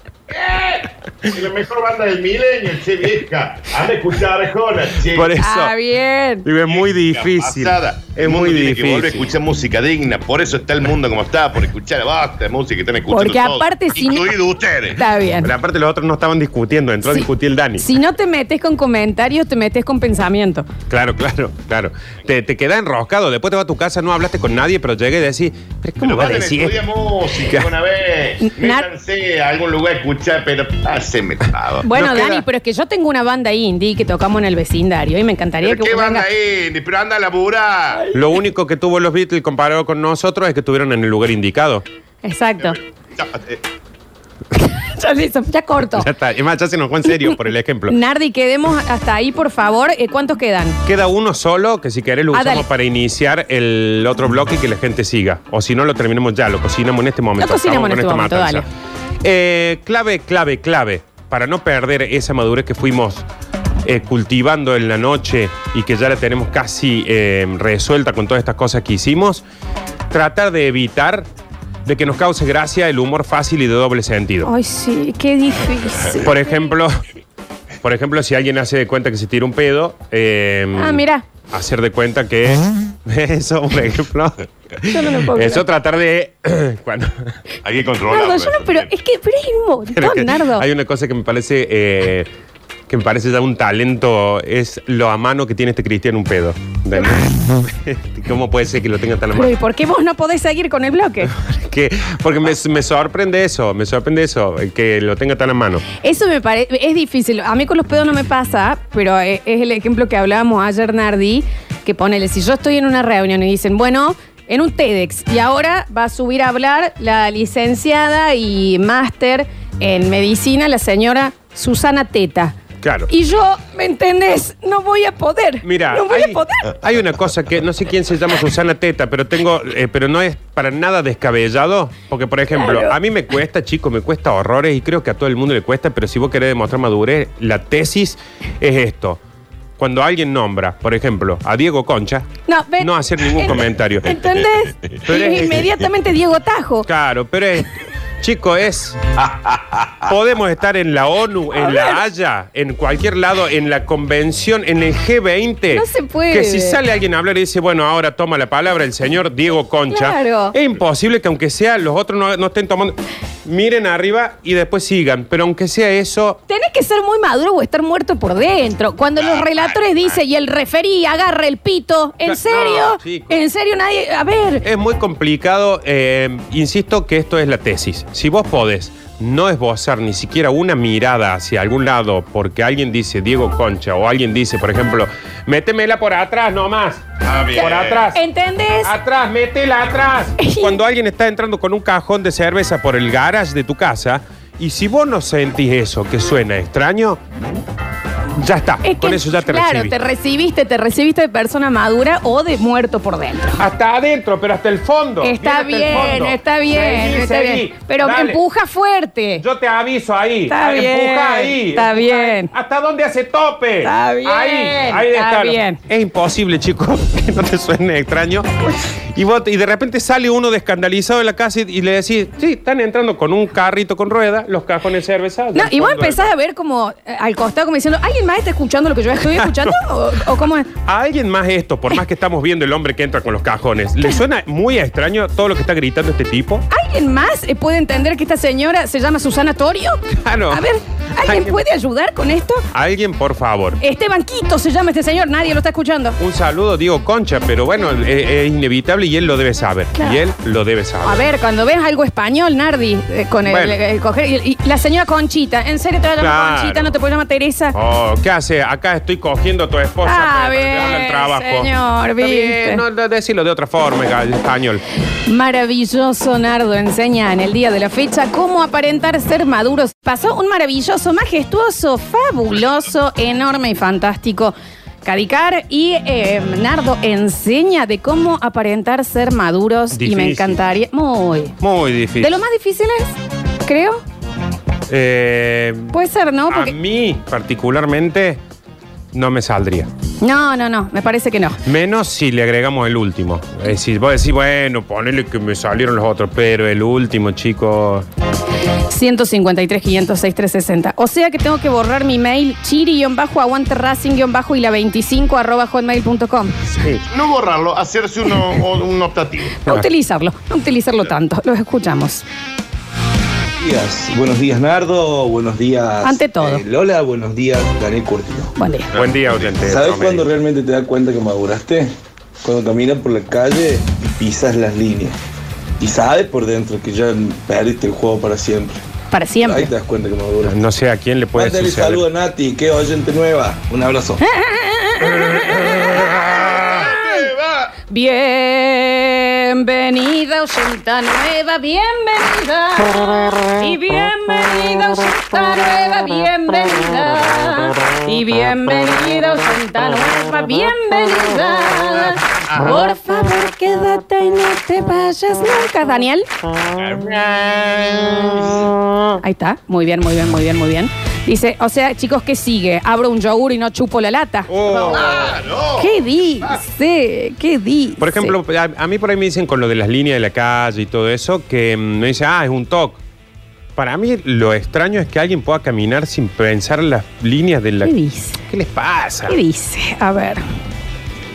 S11: La mejor banda del milenio, che vieja. Anda a escuchar a Jonas, che.
S3: Por eso.
S1: Ah, bien.
S3: Digo, es muy difícil.
S11: Pasada.
S3: Es
S11: El mundo
S3: muy
S11: tiene Que volver a
S3: difícil.
S11: escuchar música digna. Por eso está el mundo como está, por escuchar basta de música que están escuchando.
S1: Porque
S11: todos,
S1: aparte si no-
S11: Incluido ustedes.
S1: Está bien.
S3: Pero aparte los otros no estaban discutiendo, entró a discutir el Dani.
S1: Si no te metes con comentarios, te metes con pensamiento.
S3: Claro, claro, claro. Te, te queda enroscado. Después te vas a tu casa, no hablaste con nadie, pero llegué y decís, ¿pero cómo
S11: Pero
S3: va a
S11: vayan a
S3: decir?
S11: estudiar música una vez. Métanse a algún lugar a escuchar, pero haceme pavo.
S1: Bueno,
S11: Nos
S1: Dani,
S11: queda-
S1: pero es que yo tengo una banda indie que tocamos en el vecindario y me encantaría
S11: ¿Pero
S1: que
S11: qué
S1: vos
S11: banda
S1: vengas.
S11: indie? Pero anda a laburar.
S3: Lo único que tuvo los Beatles comparado con nosotros es que estuvieron en el lugar indicado.
S1: Exacto.
S11: Ya, eh,
S1: Ya listo, ya corto.
S3: Ya está. Es más, ya se nos fue en serio por el ejemplo.
S1: Nardi, quedemos hasta ahí, por favor. Eh, ¿Cuántos quedan?
S3: Queda uno solo que si querés lo
S1: Ah,
S3: usamos
S1: dale.
S3: para iniciar el otro bloque y que la gente siga. O si no, lo terminamos ya, lo cocinamos en este momento.
S1: Lo cocinamos
S3: Acabamos
S1: en este
S3: con
S1: momento,
S3: esta matanza. Eh, clave, clave, clave. Para no perder esa madurez que fuimos eh, cultivando en la noche y que ya la tenemos casi eh, resuelta con todas estas cosas que hicimos, tratar de evitar de que nos cause gracia el humor fácil y de doble sentido.
S1: Ay, sí, qué difícil.
S3: Por ejemplo, por ejemplo, si alguien hace de cuenta que se tira un pedo, eh,
S1: Ah, mira.
S3: hacer de cuenta que eso, por ejemplo,
S1: Yo no lo puedo
S3: eso tratar de cuando
S11: hay que eh, controlar.
S1: Nardo, yo no, pero es que pero es un
S3: Pero que
S1: montón, Nardo.
S3: Hay una cosa que me parece eh, que me parece ya un talento es lo a mano que tiene este Cristian un pedo. ¿entendés? ¿Cómo puede ser que lo tenga tan a mano?
S1: Pero ¿y por qué vos no podés seguir con el bloque?
S3: Que- porque me, me sorprende eso, me sorprende eso, eh, que lo tenga tan a mano.
S1: Eso me parece, es difícil. A mí con los pedos no me pasa, pero eh, es el ejemplo que hablábamos ayer, Nardi, que ponele, si yo estoy en una reunión y dicen, bueno, en un TEDx, y ahora va a subir a hablar la licenciada y máster en medicina, la señora Susana Teta.
S3: Claro.
S1: Y yo, ¿me entendés? No voy a poder.
S3: Mira,
S1: No voy a
S3: hay,
S1: poder.
S3: hay una cosa que no sé quién se llama Susana Teta, pero tengo, eh, pero no es para nada descabellado, porque por ejemplo,
S1: Claro.
S3: a mí me cuesta, chico, me cuesta horrores y creo que a todo el mundo le cuesta, pero si vos querés demostrar madurez, la tesis es esto. Cuando alguien nombra, por ejemplo, a Diego Concha,
S1: No, ven.
S3: no hacer ningún
S1: Ent-
S3: comentario.
S1: ¿Entendés?
S3: Pero
S1: Y
S3: es- este.
S1: inmediatamente Diego Tajo.
S3: Claro, pero es, chico, es. Podemos estar en la ONU, en la Haya, en cualquier lado, en la convención, en el G20.
S1: No se puede.
S3: Que si sale alguien a hablar y dice, bueno, ahora toma la palabra el señor Diego Concha.
S1: Claro.
S3: Es imposible que aunque sea los otros no, no estén tomando. Miren arriba y después sigan. Pero aunque sea eso.
S1: Tenés que ser muy maduro o estar muerto por dentro. Cuando los relatores dicen y el referí agarra el pito, ¿en
S3: Ah, No,
S1: serio?
S3: chico.
S1: ¿En serio nadie? A ver,
S3: Es muy complicado, eh, insisto que esto es la tesis. Si vos podés no esbozar ni siquiera una mirada hacia algún lado porque alguien dice Diego Concha o alguien dice, por ejemplo, métemela por atrás nomás. Por atrás.
S1: ¿entendés?
S3: Atrás, métela atrás. Cuando alguien está entrando con un cajón de cerveza por el garage de tu casa y si vos no sentís eso que suena extraño, ya está.
S1: Es
S3: con
S1: que,
S3: eso ya te
S1: Claro,
S3: recibí.
S1: te recibiste, te recibiste de persona madura o de muerto por dentro.
S3: Hasta adentro, pero hasta el fondo.
S1: Está
S3: Viene hasta el
S1: bien,
S3: fondo.
S1: está bien,
S3: Seguí,
S1: está
S3: seguí.
S1: bien. Pero
S3: Dale.
S1: empuja fuerte.
S3: Yo te aviso ahí.
S1: Está
S3: Empuja
S1: bien,
S3: ahí.
S1: está
S3: Empuja
S1: bien.
S3: ahí. ¿Hasta dónde hace tope?
S1: Está bien,
S3: Ahí, ahí
S1: está
S3: está.
S1: bien.
S3: Es imposible, chicos, que no te suene extraño. Y, vos- y de repente sale uno de escandalizado de la casa y, y le decís, sí, están entrando con un carrito con ruedas, los cajones de cerveza.
S1: No,
S3: del
S1: y vos
S3: fondo
S1: empezás a ver como eh, al costado, como diciendo, ¿alguien más está escuchando lo que yo estoy escuchando? ¿O, o cómo es?
S3: A alguien más esto, por más que estamos viendo el hombre que entra con los cajones, ¿le suena muy extraño todo lo que está gritando este tipo?
S1: ¿Alguien más eh, puede entender que esta señora se llama Susana Torio?
S3: Claro.
S1: A ver, ¿alguien puede ayudar con esto?
S3: Alguien, por favor.
S1: Este banquito se llama este señor, nadie lo está escuchando.
S3: Un saludo, Diego Concha, pero bueno, es, es inevitable y él lo debe saber.
S1: Claro.
S3: Y él lo debe saber.
S1: A ver, cuando ves algo español, Nardi, eh, con el,
S3: Bueno.
S1: el coger. Y, y la señora Conchita, ¿en serio te va a llamar
S3: Claro.
S1: Conchita? ¿No te puede llamar Teresa?
S3: Oh, ¿qué hace? Acá estoy cogiendo a tu esposa
S1: Ah,
S3: para
S1: bien,
S3: llevarla al trabajo.
S1: señor,
S3: Está
S1: viste.
S3: bien, no, no, decilo de otra forma, en español.
S1: Maravilloso Nardo enseña en el día de la fecha cómo aparentar ser maduros. Pasó un maravilloso, majestuoso, fabuloso, enorme y fantástico. Cadicar y eh, Nardo enseña de cómo aparentar ser maduros y me
S3: Difícil.
S1: encantaría. Muy.
S3: Muy difícil.
S1: De lo más difíciles, creo.
S3: Eh,
S1: Puede ser, Pues, ¿no?
S3: a
S1: Porque-
S3: mí, particularmente, no me saldría.
S1: No, no, no, me parece que no.
S3: Menos si le agregamos el último. Es decir, vos decís, bueno, ponele que me salieron los otros, pero el último, chicos.
S1: 153 506 360. O sea que tengo que borrar mi mail chiri-aguanteracing-y la 25 arroba hotmail.com.
S3: Sí.
S11: No borrarlo, hacerse uno, o- un optativo.
S1: No utilizarlo, no utilizarlo tanto. Los escuchamos.
S13: días. Buenos días, Nardo. Buenos días.
S1: Ante todo.
S13: eh, Lola, buenos días, Daniel Curtino.
S1: Buen día.
S3: Buen día, oyente.
S13: ¿Sabes
S3: promedio.
S13: cuándo realmente te das cuenta que maduraste? Cuando caminas por la calle y pisas las líneas. Y sabes por dentro que ya perdiste el juego para siempre.
S1: Para
S13: Ahí
S1: siempre.
S13: te das cuenta que maduraste.
S3: No sé a quién le puede
S13: Mándale
S3: suceder.
S13: saludo a Nati, que es oyente nueva. Un abrazo.
S1: Bienvenida, oyenta nueva, bienvenida. Y bienvenida, oyenta nueva, bienvenida. Y bienvenida, oyenta nueva, bienvenida. Por favor, quédate y no te vayas nunca, Daniel. Ahí está. Muy bien, muy bien, muy bien, muy bien. Dice, o sea, chicos, ¿qué sigue? ¿Abro un yogur y no chupo la lata?
S3: Oh.
S11: Ah,
S1: ¿Qué dice? ¿Qué dice?
S3: Por ejemplo, a, a mí por ahí me dicen con lo de las líneas de la calle y todo eso, que mm, me dicen, ah, es un TOC. Para mí lo extraño es que alguien pueda caminar sin pensar las líneas de la...
S1: ¿Qué dice?
S3: ¿Qué les pasa?
S1: ¿Qué dice? A ver.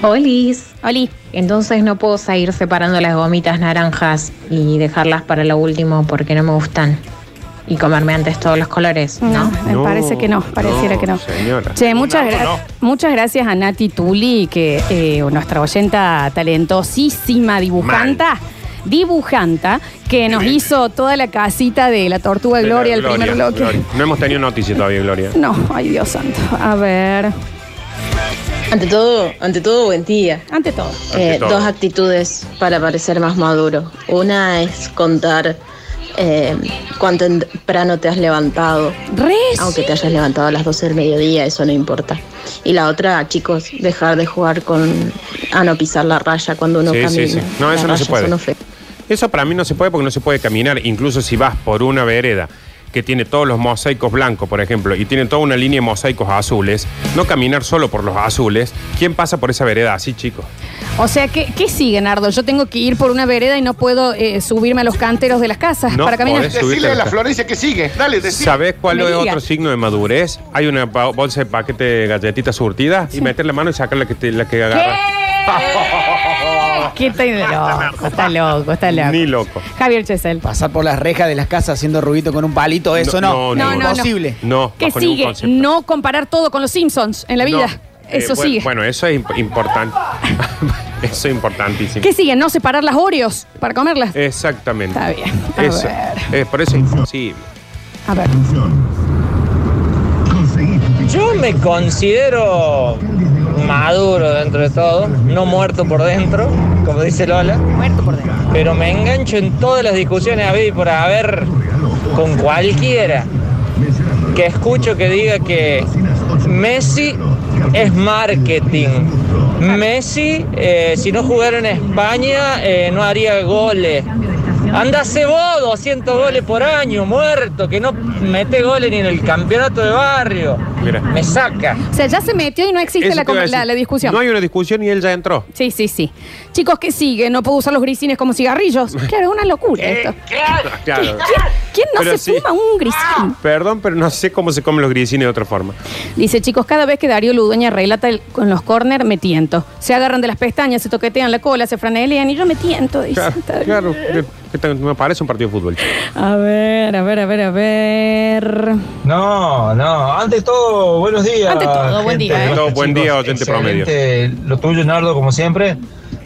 S14: Olis. Oli. Entonces no puedo seguir separando las gomitas naranjas y dejarlas para lo último porque no me gustan. Y comerme antes todos los colores, ¿no?
S1: No, me parece que no, pareciera que no.
S3: Señora.
S1: Che, muchas, gra- muchas gracias a Nati Tuli, que eh, nuestra oyenta talentosísima dibujanta. Dibujanta que nos hizo toda la casita de la tortuga
S3: De la
S1: Gloria, el primer bloque.
S3: Gloria. No hemos tenido noticia todavía, Gloria.
S1: No, ay Dios santo. A ver.
S15: Ante todo, ante todo, buen día. Eh,
S1: Ante todo.
S3: Ante todo.
S15: Dos actitudes para parecer más maduro. Una es contar eh, cuánto temprano te has levantado. Aunque te hayas levantado a las 12 del mediodía, eso no importa. Y la otra, chicos, dejar de jugar con... a no pisar la raya cuando uno
S3: Sí, sí,
S15: camina.
S3: sí. No,
S15: Las
S3: eso no se
S15: rayas
S3: puede.
S15: son ofe-
S3: Eso para mí no se puede porque no se puede caminar. Incluso si vas por una vereda que tiene todos los mosaicos blancos, por ejemplo, y tiene toda una línea de mosaicos azules, no caminar solo por los azules. ¿Quién pasa por esa vereda así, chicos?
S1: O sea, ¿qué, qué sigue, Nardo? Yo tengo que ir por una vereda y no puedo eh, subirme a los canteros de las casas
S3: No
S1: para caminar.
S3: podés subirte
S8: Decirle a la
S3: ca-
S8: Florencia que sigue. Dale, decile.
S3: ¿Sabés cuál
S1: Me
S3: es
S1: diga.
S3: otro signo de madurez? Hay una pa- bolsa de paquete de galletitas surtidas y meter la mano y sacar la que, te- la que agarra.
S1: ¿Qué está loco? Está loco, está loco.
S3: Ni loco.
S1: Javier Chesel.
S12: Pasar por las rejas de las casas haciendo ruido con un palito, eso no.
S1: no, no.
S12: Imposible.
S3: No,
S1: ¿Qué
S3: bajo ningún
S1: sigue?
S3: concepto.
S1: No comparar todo con los Simpsons en la vida.
S3: No. Eh,
S1: Eso
S3: bueno,
S1: sigue.
S3: Bueno, eso es imp- importante. eso es importantísimo.
S1: ¿Qué sigue? No separar las Oreos para comerlas.
S3: Eh. Exactamente.
S1: Está bien. A
S3: Eso. Eh, por eso es imposible.
S1: A ver.
S16: Yo me considero maduro dentro de todo, no muerto por dentro, como dice Lola. Muerto por dentro. Pero me engancho en todas las discusiones a ver por haber con cualquiera que escucho que diga que Messi es marketing. Messi, eh, si no jugara en España, eh, no haría goles. Andase vos, 200 goles por año, muerto, que no mete goles ni en el campeonato de barrio. Me saca.
S1: O sea, ya se metió y no existe
S16: Eso
S1: la,
S16: te iba a
S1: la-
S16: decir.
S1: la discusión.
S16: No hay
S3: una discusión y él ya entró.
S1: Sí, sí, sí. Chicos, ¿qué sigue? No puedo usar los grisines como cigarrillos. Claro, es una locura esto.
S3: Eh, Ah, Claro.
S1: ¿Quién no
S3: Pero
S1: se
S3: sí.
S1: fuma un grisín?
S3: Perdón, pero no sé cómo se comen los grisines de otra forma.
S1: Dice, chicos, cada vez que Darío Ludueña relata el- con los corner, me tiento. Se agarran de las pestañas, se toquetean la cola, se franelean y yo me tiento. dice.
S3: Claro,
S1: Está bien.
S3: claro. Que te- Me parece un partido de fútbol.
S1: A ver, a ver, a ver, a ver.
S16: No, no, ante todo, buenos días.
S1: Ante todo, buen
S16: gente.
S1: día, ¿eh? Ante
S3: todo, buen día, oyente
S16: excelente Lo tuyo, Nardo, como siempre.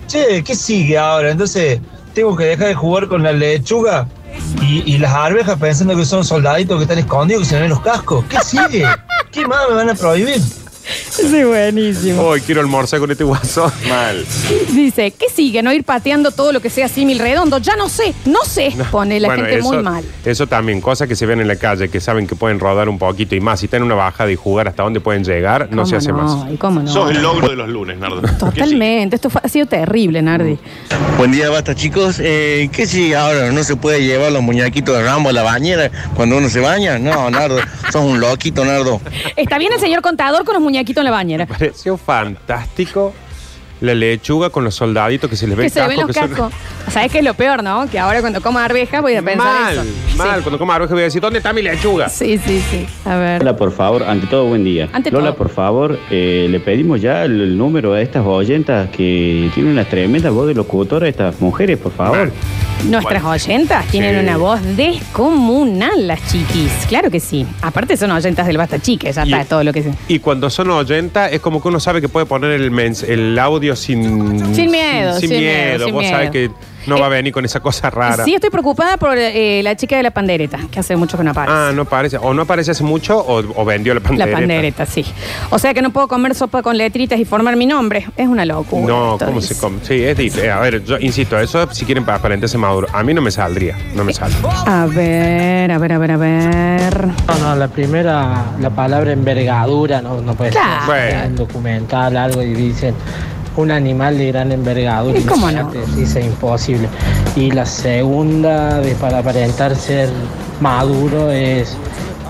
S16: Che, ¿qué sigue ahora? Entonces, tengo que dejar de jugar con la lechuga y, y las arvejas pensando que son soldaditos que están escondidos, que se ven los cascos. ¿Qué sigue? ¿Qué más me van a prohibir?
S1: Sí, buenísimo.
S3: Hoy quiero almorzar con este guasón. Mal.
S1: Dice, ¿qué sigue? No ir pateando todo lo que sea símil redondo. Ya no sé, no sé. Pone la
S3: Bueno,
S1: gente
S3: eso-
S1: muy mal.
S3: Eso también, cosas que se ven en la calle, que saben que pueden rodar un poquito y más. Si están en una bajada y jugar hasta dónde pueden llegar, no se hace más.
S1: ¿Y cómo no?
S11: Sos el logro de los lunes, Nardo.
S1: Totalmente. Esto fue- ha sido terrible, Nardi.
S3: Mm.
S17: Buen día, basta chicos. Eh, ¿Qué si ahora no se puede llevar los muñequitos de Rambo a la bañera cuando uno se baña? No, Nardo, sos un loquito, Nardo.
S1: Está bien el señor contador con los muñequitos en la bañera.
S3: Pareció fantástico la lechuga con los soldaditos que se les ve
S1: Que
S3: el
S1: se ven
S3: casco,
S1: los
S3: que son-
S1: cascos. ¿Sabes qué es lo peor, no? Que ahora cuando coma arveja voy a pensar
S3: Mal,
S1: eso.
S3: mal. Cuando coma arveja voy a decir, ¿dónde está mi lechuga?
S1: Sí, sí, sí. A ver.
S18: Lola, por favor, ante todo, buen día.
S1: Ante
S18: Lola,
S1: todo.
S18: por favor, eh, le pedimos ya el, el número a estas oyentas que tienen una tremenda voz de locutora, estas mujeres, por favor.
S1: Nuestras oyentas tienen
S18: Sí.
S1: una voz descomunal, las chiquis. Claro que sí. Aparte son oyentas del Basta Chique, ya está todo lo que se...
S3: Y cuando son 80 es como que uno sabe que puede poner el, mens- el audio sin...
S1: Sin miedo, sin miedo, sin miedo.
S3: Vos
S1: Eh,
S3: sabés que... No va a venir con esa cosa rara.
S1: Sí, estoy preocupada por eh, la chica de la pandereta, que hace mucho que no aparece.
S3: Ah, no aparece. O no aparece hace mucho o, o vendió la
S1: La
S3: pandereta.
S1: pandereta, sí. O sea que no puedo comer sopa con letritas y formar mi nombre. Es una locura.
S3: No,
S1: esto,
S3: ¿cómo
S1: dice.
S3: se come? Sí, es dif- eh, A ver, yo insisto, eso si quieren para aparentarse maduro. A mí no me saldría. No me sale.
S1: A ver, a ver, a ver, a ver.
S19: No, no, la primera, la palabra envergadura no, no puede
S1: Claro.
S19: ser. Está En documental, algo y dicen un animal de gran envergadura.
S1: ¿Y cómo no?
S19: imagínate, Dice imposible. Y la segunda, de, para aparentar ser maduro, es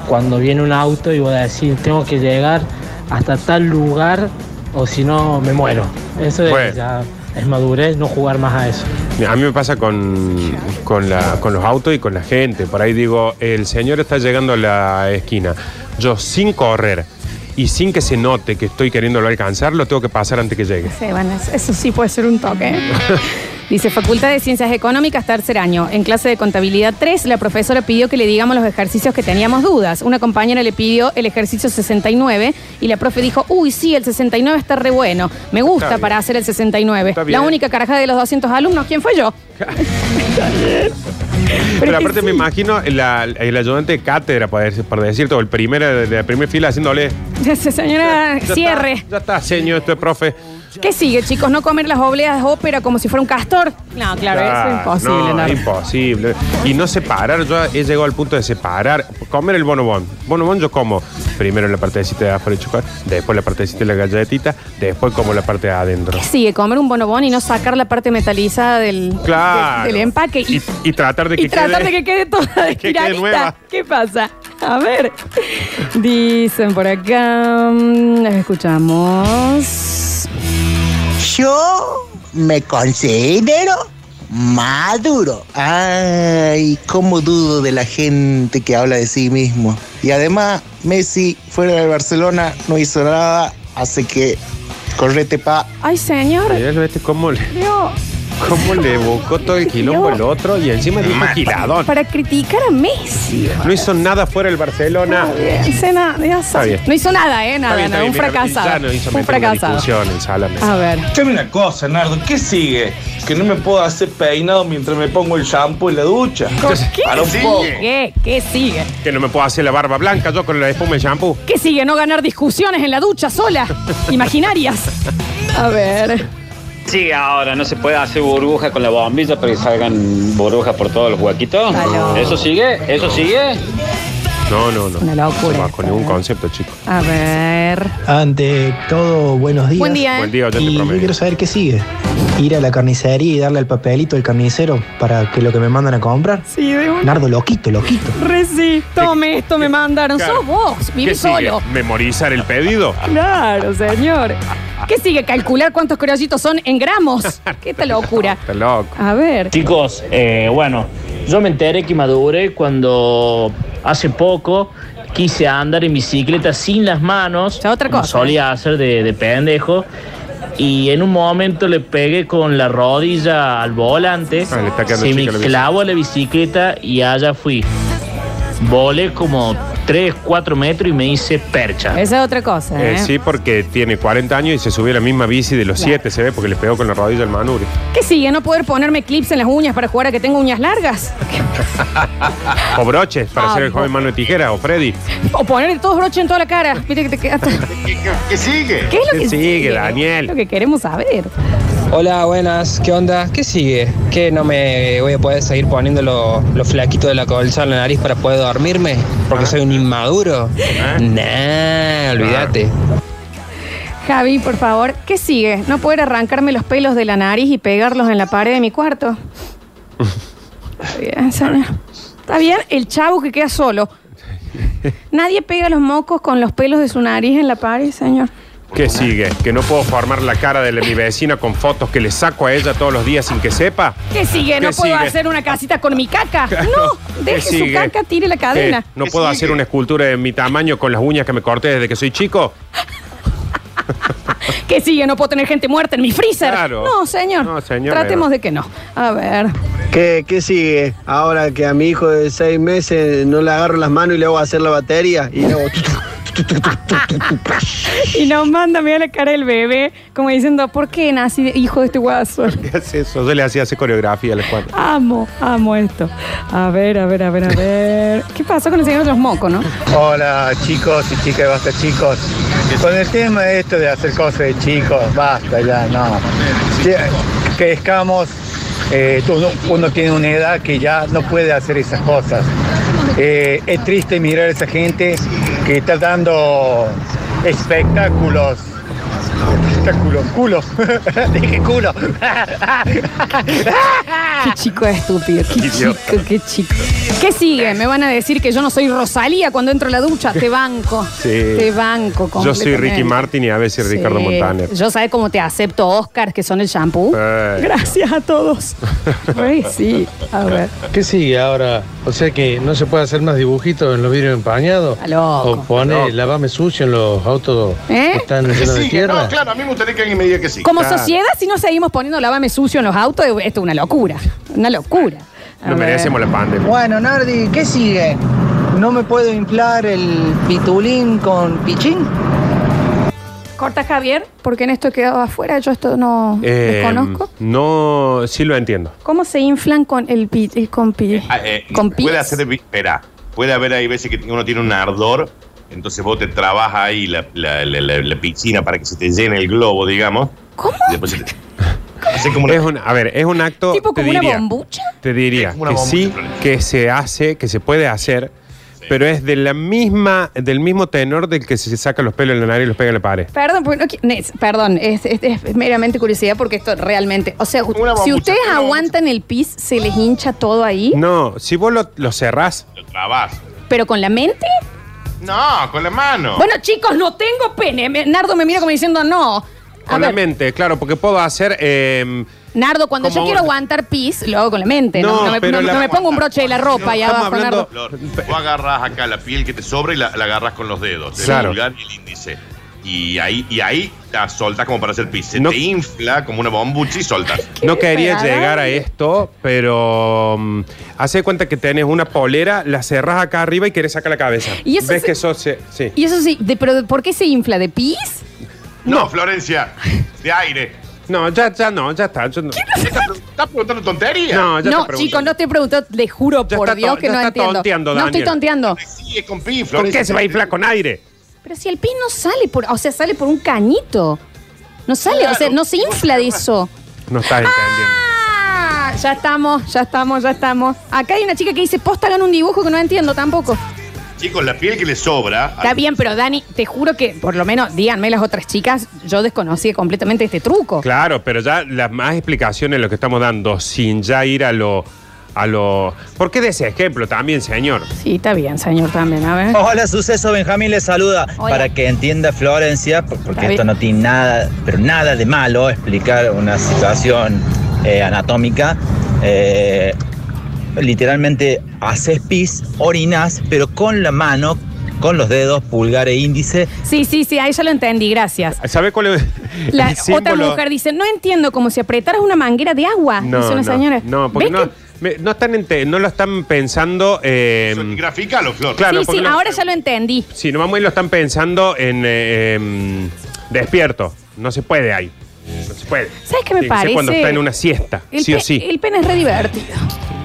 S19: cuando viene un auto y voy a decir, tengo que llegar hasta tal lugar o si no me muero. Eso es,
S3: Bueno.
S19: ya es madurez, no jugar más a eso.
S3: A mí me pasa con, con, la- con los autos y con la gente. Por ahí digo, el señor está llegando a la esquina. Yo sin correr y sin que se note que estoy queriéndolo alcanzar, lo tengo que pasar antes que llegue.
S1: Sí, bueno, eso- eso sí puede ser un toque. ¿eh? Dice, Facultad de Ciencias Económicas, tercer año. En clase de contabilidad 3, la profesora pidió que le digamos los ejercicios que teníamos dudas. Una compañera le pidió el ejercicio 69 y la profe dijo, uy, sí, el 69 está re bueno. Me
S3: Está
S1: gusta
S3: bien.
S1: para hacer el 69.
S3: Está bien.
S1: La única carajada de los 200 alumnos, ¿quién fue yo?
S3: Pero, aparte me imagino la- el ayudante de cátedra, para decir- para decirte, o el primer de la primera fila haciéndole.
S1: Dice, señora,
S3: "Ya
S1: Ah, cierre.
S3: está, ya está, señor, esto es profe.
S1: ¿Qué sigue, chicos? ¿No comer las obleas de ópera como si fuera un castor? No, claro, eso es
S3: Ah,
S1: imposible.
S3: no,
S1: no.
S3: imposible. Y no separar, yo he llegado al punto de separar. Comer el bonobón. Bonobón yo como primero la partecita de afuera de chocolate, después la partecita de la galletita, después como la parte de adentro.
S1: ¿Qué sigue? Comer un bonobón y no sacar la parte metalizada del,
S3: Claro.
S1: de- del empaque y,
S3: Y, y tratar de que
S1: y tratar
S3: quede-
S1: de que quede toda
S3: que quede
S1: estiradita.
S3: nueva.
S1: ¿Qué pasa? A ver. Dicen por acá. mm, Escuchamos.
S20: Yo me considero maduro. Ay, cómo dudo de la gente que habla de sí mismo. Y además, Messi fuera de Barcelona no hizo nada, así que correte pa.
S1: Ay, señor.
S3: Ayer, ¿viste cómo le,
S1: Dios.
S3: cómo le buscó todo el quilombo el otro y encima dijo giladón?
S1: Para criticar a Messi.
S3: No hizo nada fuera el Barcelona.
S1: No hizo nada, ya sabes.
S3: bien.
S1: No hizo nada, ¿eh? Nada,
S3: Está bien,
S1: nada, un
S3: está bien, mira,
S1: fracasado.
S3: ya no hizo
S1: un
S3: meter una
S1: fracasado. Ah.
S3: discusión en sala, me-
S1: A ver.
S13: Escúchame una cosa, Nardo, ¿qué sigue? Que no me puedo hacer peinado mientras me pongo el shampoo en la ducha. Para un poco.
S1: ¿Qué? ¿Qué sigue?
S3: Que no me puedo hacer la barba blanca yo con la espuma y shampoo.
S1: ¿Qué sigue? ¿No ganar discusiones en la ducha sola? Imaginarias. A ver.
S21: Sí, ahora no se puede hacer burbuja con la bombilla para que salgan burbujas por todos los huequitos.
S1: Aló.
S21: ¿Eso sigue? ¿Eso sigue?
S3: No, no, no.
S1: Una locura. ¿eh?
S3: No va con ningún concepto, chico.
S1: A ver.
S22: Ante todo, buenos días.
S1: Buen día, ¿eh? Buen día, oyente
S22: Y yo
S1: promedio.
S22: quiero saber qué sigue. Ir a la carnicería y darle el papelito al carnicero para que lo que me mandan a comprar.
S1: Sí, de una.
S22: Nardo, loquito, loquito.
S1: Re sí. Tome esto, me mandaron.
S22: Claro.
S1: Sos vos,
S3: ¿Qué
S1: viví solo.
S3: sigue? ¿Memorizar el pedido?
S1: Claro, señor. ¿Qué sigue? ¿Calcular cuántos criollitos son en gramos? ¿Qué esta locura?
S3: Está loco.
S1: A ver.
S23: Chicos, eh, bueno, yo me enteré que maduré cuando hace poco quise andar en bicicleta sin las manos.
S1: otra
S23: como
S1: cosa. eh.
S23: solía hacer de, de pendejo. Y en un momento le pegué con la rodilla al volante.
S3: Ah, quedando
S23: se me
S3: chica la bici.
S23: clavó la bicicleta y allá fui. Volé como 3, 4 metros y me hice percha.
S1: Esa es otra cosa,
S3: Eh,
S1: ¿eh?
S3: sí, porque tiene 40 años y se subió a la misma bici de los 7, se ve, porque le pegó con la rodilla al manubrio.
S1: ¿Qué sigue? ¿No poder ponerme clips en las uñas para jugar a que tengo uñas largas?
S3: o broches, para ser el joven mano de tijera, o Freddy.
S1: ¿O poner todos broches en toda la cara? Viste que te quedas-
S3: ¿Qué sigue?
S1: ¿Qué es lo que
S3: sigue,
S1: sigue?
S3: Daniel?
S1: Lo que queremos saber.
S24: Hola, buenas, ¿qué onda? ¿Qué sigue? ¿Que no me voy a poder seguir poniendo lo- los flaquitos de la colcha en la nariz para poder dormirme? ¿Porque soy un inmaduro? Nah, olvídate.
S1: Javi, por favor, ¿qué sigue? ¿No poder arrancarme los pelos de la nariz y pegarlos en la pared de mi cuarto? Está bien, señor. Está bien, el chavo que queda solo. Nadie pega los mocos con los pelos de su nariz en la pared, señor.
S3: ¿Qué sigue? ¿Que no puedo formar la cara de la- mi vecina con fotos que le saco a ella todos los días sin que sepa?
S1: ¿Qué sigue? ¿No
S3: ¿Qué
S1: puedo
S3: sigue?
S1: hacer una casita con mi caca? No,
S3: ¿Qué
S1: deje su
S3: sigue? Eh.
S1: caca, tire la cadena.
S3: ¿Qué? ¿No puedo hacer una escultura de mi tamaño con las uñas que me corté desde que soy chico?
S1: ¿Qué sigue? ¿No puedo tener gente muerta en mi freezer?
S25: Claro.
S1: No, señor.
S25: No, señor,
S1: Tratemos
S25: no.
S1: de que no. A ver.
S25: ¿Qué, ¿Qué sigue? Ahora que a mi hijo de seis meses no le agarro las manos y le hago hacer la batería y le hago...
S1: Y nos manda, mira la cara del bebé, como diciendo, ¿por qué nací de- hijo de este guaso?
S2: ¿Qué hace eso? Yo le hacía hacer coreografía a las cuatro.
S1: Amo, amo esto. A ver, a ver, a ver, a ver. ¿Qué pasó con el señor de los mocos, no?
S4: Hola chicos y chicas, de basta chicos. Con el tema de esto de hacer cosas de chicos, basta ya, no. Que- Crezcamos, eh, tú no- uno tiene una edad que ya no puede hacer esas cosas. Eh, es triste mirar a esa gente que está dando espectáculos. Espectáculos, culos. Dije culo.
S1: Qué chico estúpido, qué
S4: Idiota.
S1: chico, qué chico. ¿Qué sigue? Me van a decir que yo no soy Rosalía cuando entro a la ducha. Te banco.
S3: Sí.
S1: Te banco.
S3: Yo soy
S1: completamente.
S3: Ricky Martin y a veces
S1: Sí.
S3: Ricardo Montaner.
S1: Yo sabes cómo te acepto Oscar, que son el shampoo.
S3: Eh.
S1: Gracias a todos. Ay, sí, a ver.
S6: ¿Qué sigue ahora? O sea que no se puede hacer más dibujitos en los vidrios empañados. O pone lavame sucio en los autos
S1: ¿Eh?
S6: que están
S11: Que
S6: llenos de
S11: sigue,
S6: tierra.
S11: no, claro, a mí me gustaría que alguien me diga que sí.
S1: Como sociedad, si no seguimos poniendo lavame sucio en los autos, esto es una locura. Una locura. A
S3: No
S1: ver.
S3: merecemos la pandemia.
S7: Bueno, Nardi, ¿qué sigue? ¿No me puedo inflar el pitulín con pichín?
S1: Corta Javier, porque en esto he quedado afuera, yo esto no
S3: Eh,
S1: desconozco.
S3: No, sí lo entiendo.
S1: ¿Cómo se inflan con el pi, el con pi-
S11: Ah, eh,
S1: con pies?
S11: puede hacer, espera, puede haber ahí veces que uno tiene un ardor, entonces vos te trabajas ahí la, la, la- la- la piscina para que se te llene el globo, digamos.
S1: ¿Cómo?
S3: es un, a ver, es un acto.
S1: ¿Tipo
S3: te
S1: como una
S3: diría,
S1: bombucha?
S3: Te diría
S1: como una
S3: que
S1: bomba
S3: sí, que se hace, que se puede hacer, pero es de la misma, del mismo tenor del que se saca los pelos en la nariz y los pega en la pared.
S1: Perdón, porque no qui- Nes, perdón, es, es- es meramente curiosidad porque esto realmente. O sea, si
S3: bombucha,
S1: ustedes
S3: una
S1: aguantan el pis, se les hincha todo ahí,
S3: No, si vos lo, lo cerrás.
S11: Lo trabás.
S1: pero con la mente.
S11: No, con la mano.
S1: Bueno, chicos, no tengo pene. Me- Nardo me mira como diciendo no. A
S3: Con la
S1: ver,
S3: mente, claro, porque puedo hacer. eh,
S1: Nardo, cuando yo
S3: Como
S1: quiero
S3: vos-
S1: aguantar pis, lo hago con la mente. No,
S3: No,
S1: No me,
S3: pero
S1: no-
S3: la-
S1: no me pongo un broche de la ropa y abajo, Nardo.
S11: Flor, vos agarrás acá la piel que te sobra y la, la agarrás con los dedos,
S3: Claro.
S11: el pulgar y el índice. Y ahí, y ahí la soltás como para hacer pis. Se te infla como una bombucha y soltas.
S3: no quería
S11: desagradable.
S3: llegar a esto, pero mm, hace cuenta que tenés una polera, la cerrás acá arriba y querés sacar la cabeza.
S1: Y eso
S3: ¿Ves
S1: se-
S3: que eso se- sí.
S1: Y eso sí, de- pero de- ¿por qué se infla? ¿De pis?
S11: No, Florencia, de aire.
S3: No, ya, ya no, ya está. yo no-
S11: ¿Estás preguntando tonterías?
S3: No, Ah, ya
S1: no,
S3: te
S1: chicos, no te he preguntado, le juro por
S3: está
S1: Dios
S3: to-
S1: que
S3: ya
S1: no
S3: está
S1: entiendo.
S3: tonteando,
S1: no estoy
S3: Daniel.
S1: tonteando.
S11: Sí, es con pis,
S3: ¿Por
S11: Florencia.
S3: qué se va a inflar con aire?
S1: Pero si el pis no sale, por, o sea, sale por un cañito. No sale, o sea, no se infla de eso.
S3: No estás entendiendo.
S1: Ah, ya estamos, ya estamos, ya estamos. Acá hay una chica que dice, posta, hagan un dibujo que no entiendo tampoco.
S11: Chicos, la piel que le sobra.
S1: Está bien, pero Dani, te juro que, por lo menos, díganme las otras chicas, yo desconocí completamente este truco.
S3: Claro, pero ya las más explicaciones lo que estamos dando, sin ya ir a lo. A lo ¿Por qué de ese ejemplo también, señor?
S1: Sí, está bien, señor, también, a
S3: Oh.
S1: ver.
S25: Hola, suceso. Benjamín les saluda.
S1: Hola.
S25: Para que entienda Florencia, por- porque
S1: Está
S25: esto
S1: bien.
S25: no tiene nada, pero nada de malo explicar una situación eh, anatómica. eh, literalmente haces pis, orinas, pero con la mano, con los dedos, pulgar e índice.
S1: Sí, sí, sí, ahí ya lo entendí, gracias.
S3: ¿Sabe cuál es
S1: La
S3: el
S1: otra
S3: símbolo?
S1: mujer dice, no entiendo, como si apretaras una manguera de agua,
S3: No,
S1: dice una
S3: no,
S1: señora.
S3: no, porque
S1: ¿Ves
S3: no, me- no están ente- no lo están pensando. Eh,
S11: Graficalo, Flor.
S3: Claro,
S1: sí,
S3: porque
S1: sí,
S3: no-
S1: ahora ya lo entendí.
S3: Si no vamos y lo están pensando en eh, em, despierto. No se puede ahí. No se puede.
S1: ¿Sabes qué me
S3: Tiene que ser
S1: parece?
S3: cuando está en una siesta,
S1: El,
S3: sí o
S1: pe-
S3: sí.
S1: el pene es re divertido.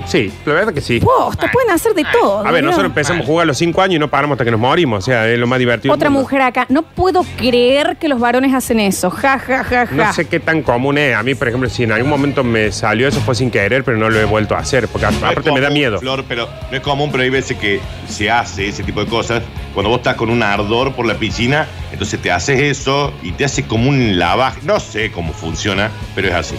S3: Sí, la verdad que sí.
S1: Posta, pueden hacer de todo.
S3: A ver,
S1: ¿no?
S3: nosotros empezamos a jugar a los 5 años y no paramos hasta que nos morimos. O sea, es lo más divertido. del
S1: Otra
S3: mundo.
S1: mujer acá. No puedo creer que los varones hacen eso. Ja, ja, ja, ja.
S3: No sé qué tan común es. A mí, por ejemplo, si en algún momento me salió eso fue sin querer, pero no lo he vuelto a hacer, porque aparte me da
S11: común,
S3: miedo.
S11: Flor, pero no es común, pero hay veces que se hace ese tipo de cosas. Cuando vos estás con un ardor por la piscina, entonces te haces eso y te hace como un lavaje. No sé cómo funciona, pero es así.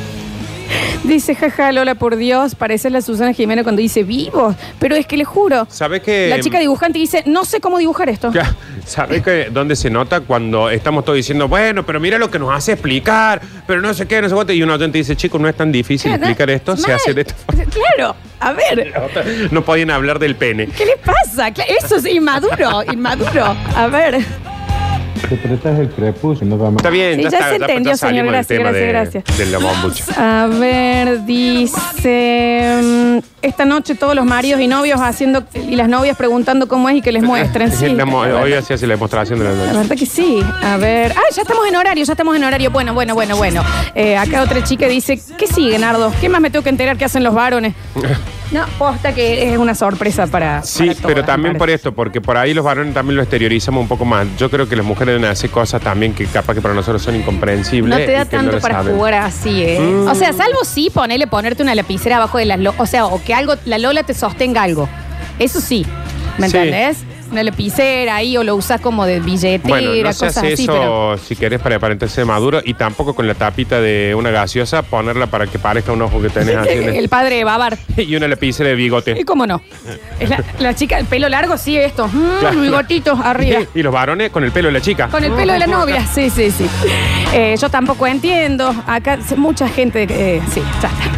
S1: Dice, ja, ja, Lola, por Dios, parece la Susana Jiménez cuando dice vivos. Pero es que le juro.
S3: ¿Sabes qué?
S1: La chica dibujante dice, no sé cómo dibujar esto.
S3: Ya, ¿Sabés que dónde se nota cuando estamos todos diciendo, bueno, pero mira lo que nos hace explicar, pero no sé qué, no sé cuánto? Y un oyente dice, chicos, no es tan difícil
S1: Claro,
S3: explicar esto, se
S1: mal.
S3: hace de esta forma.
S1: Claro, a ver.
S3: No podían hablar del pene.
S1: ¿Qué les pasa? Cla- Eso es inmaduro, inmaduro. A ver.
S6: Interpretas el prepucio, no va más.
S3: Está bien,
S1: Sí,
S3: ya,
S1: ya
S3: está,
S1: se entendió,
S3: ya
S1: señor.
S3: salimos
S1: Gracias,
S3: del tema
S1: gracias,
S3: de,
S1: gracias.
S3: de la bombucha.
S1: A ver, dice. mm, Esta noche todos los maridos y novios haciendo. y las novias preguntando cómo es y que les muestren.
S3: Sí,
S1: Sí.
S3: la mo-
S1: La
S3: hoy hacía la demostración de la noche.
S1: verdad que sí. A ver. Ah, ya estamos en horario, ya estamos en horario. Bueno, bueno, bueno, bueno. Eh, acá otra chica dice: ¿Qué sigue, Nardo? ¿Qué más me tengo que enterar que hacen los varones? No, posta que es una sorpresa para.
S3: Sí, pero también por esto, porque por ahí los varones también lo exteriorizamos un poco más. Yo creo que las mujeres deben hacer cosas también que capaz que para nosotros son incomprensibles.
S1: No te da
S3: y que
S1: tanto
S3: lo
S1: para
S3: sabemos.
S1: jugar así, ¿eh?
S3: Mm.
S1: O sea, salvo sí, ponele ponerte una lapicera abajo de las lo- O sea, o que algo, la Lola te sostenga algo. Eso sí. ¿Me
S3: Sí.
S1: entendés? Una lapicera ahí, o lo usás como de billetera,
S3: Bueno, no se
S1: cosas
S3: hace
S1: así,
S3: eso
S1: pero.
S3: si querés para aparentarse maduro y tampoco con la tapita de una gaseosa ponerla para que parezca un ojo que tenés así. en
S1: El padre de Babar.
S3: el- Y una lapicera de
S1: ¿Y
S3: bigote.
S1: cómo no? Es la, la chica, el pelo largo, sí, esto. Mm,
S3: Claro.
S1: bigotitos arriba.
S3: Y los varones con el pelo de la chica.
S1: Con el pelo de la novia, sí, sí, sí. Eh, yo tampoco entiendo. Acá se- mucha gente. eh, sí, ya está.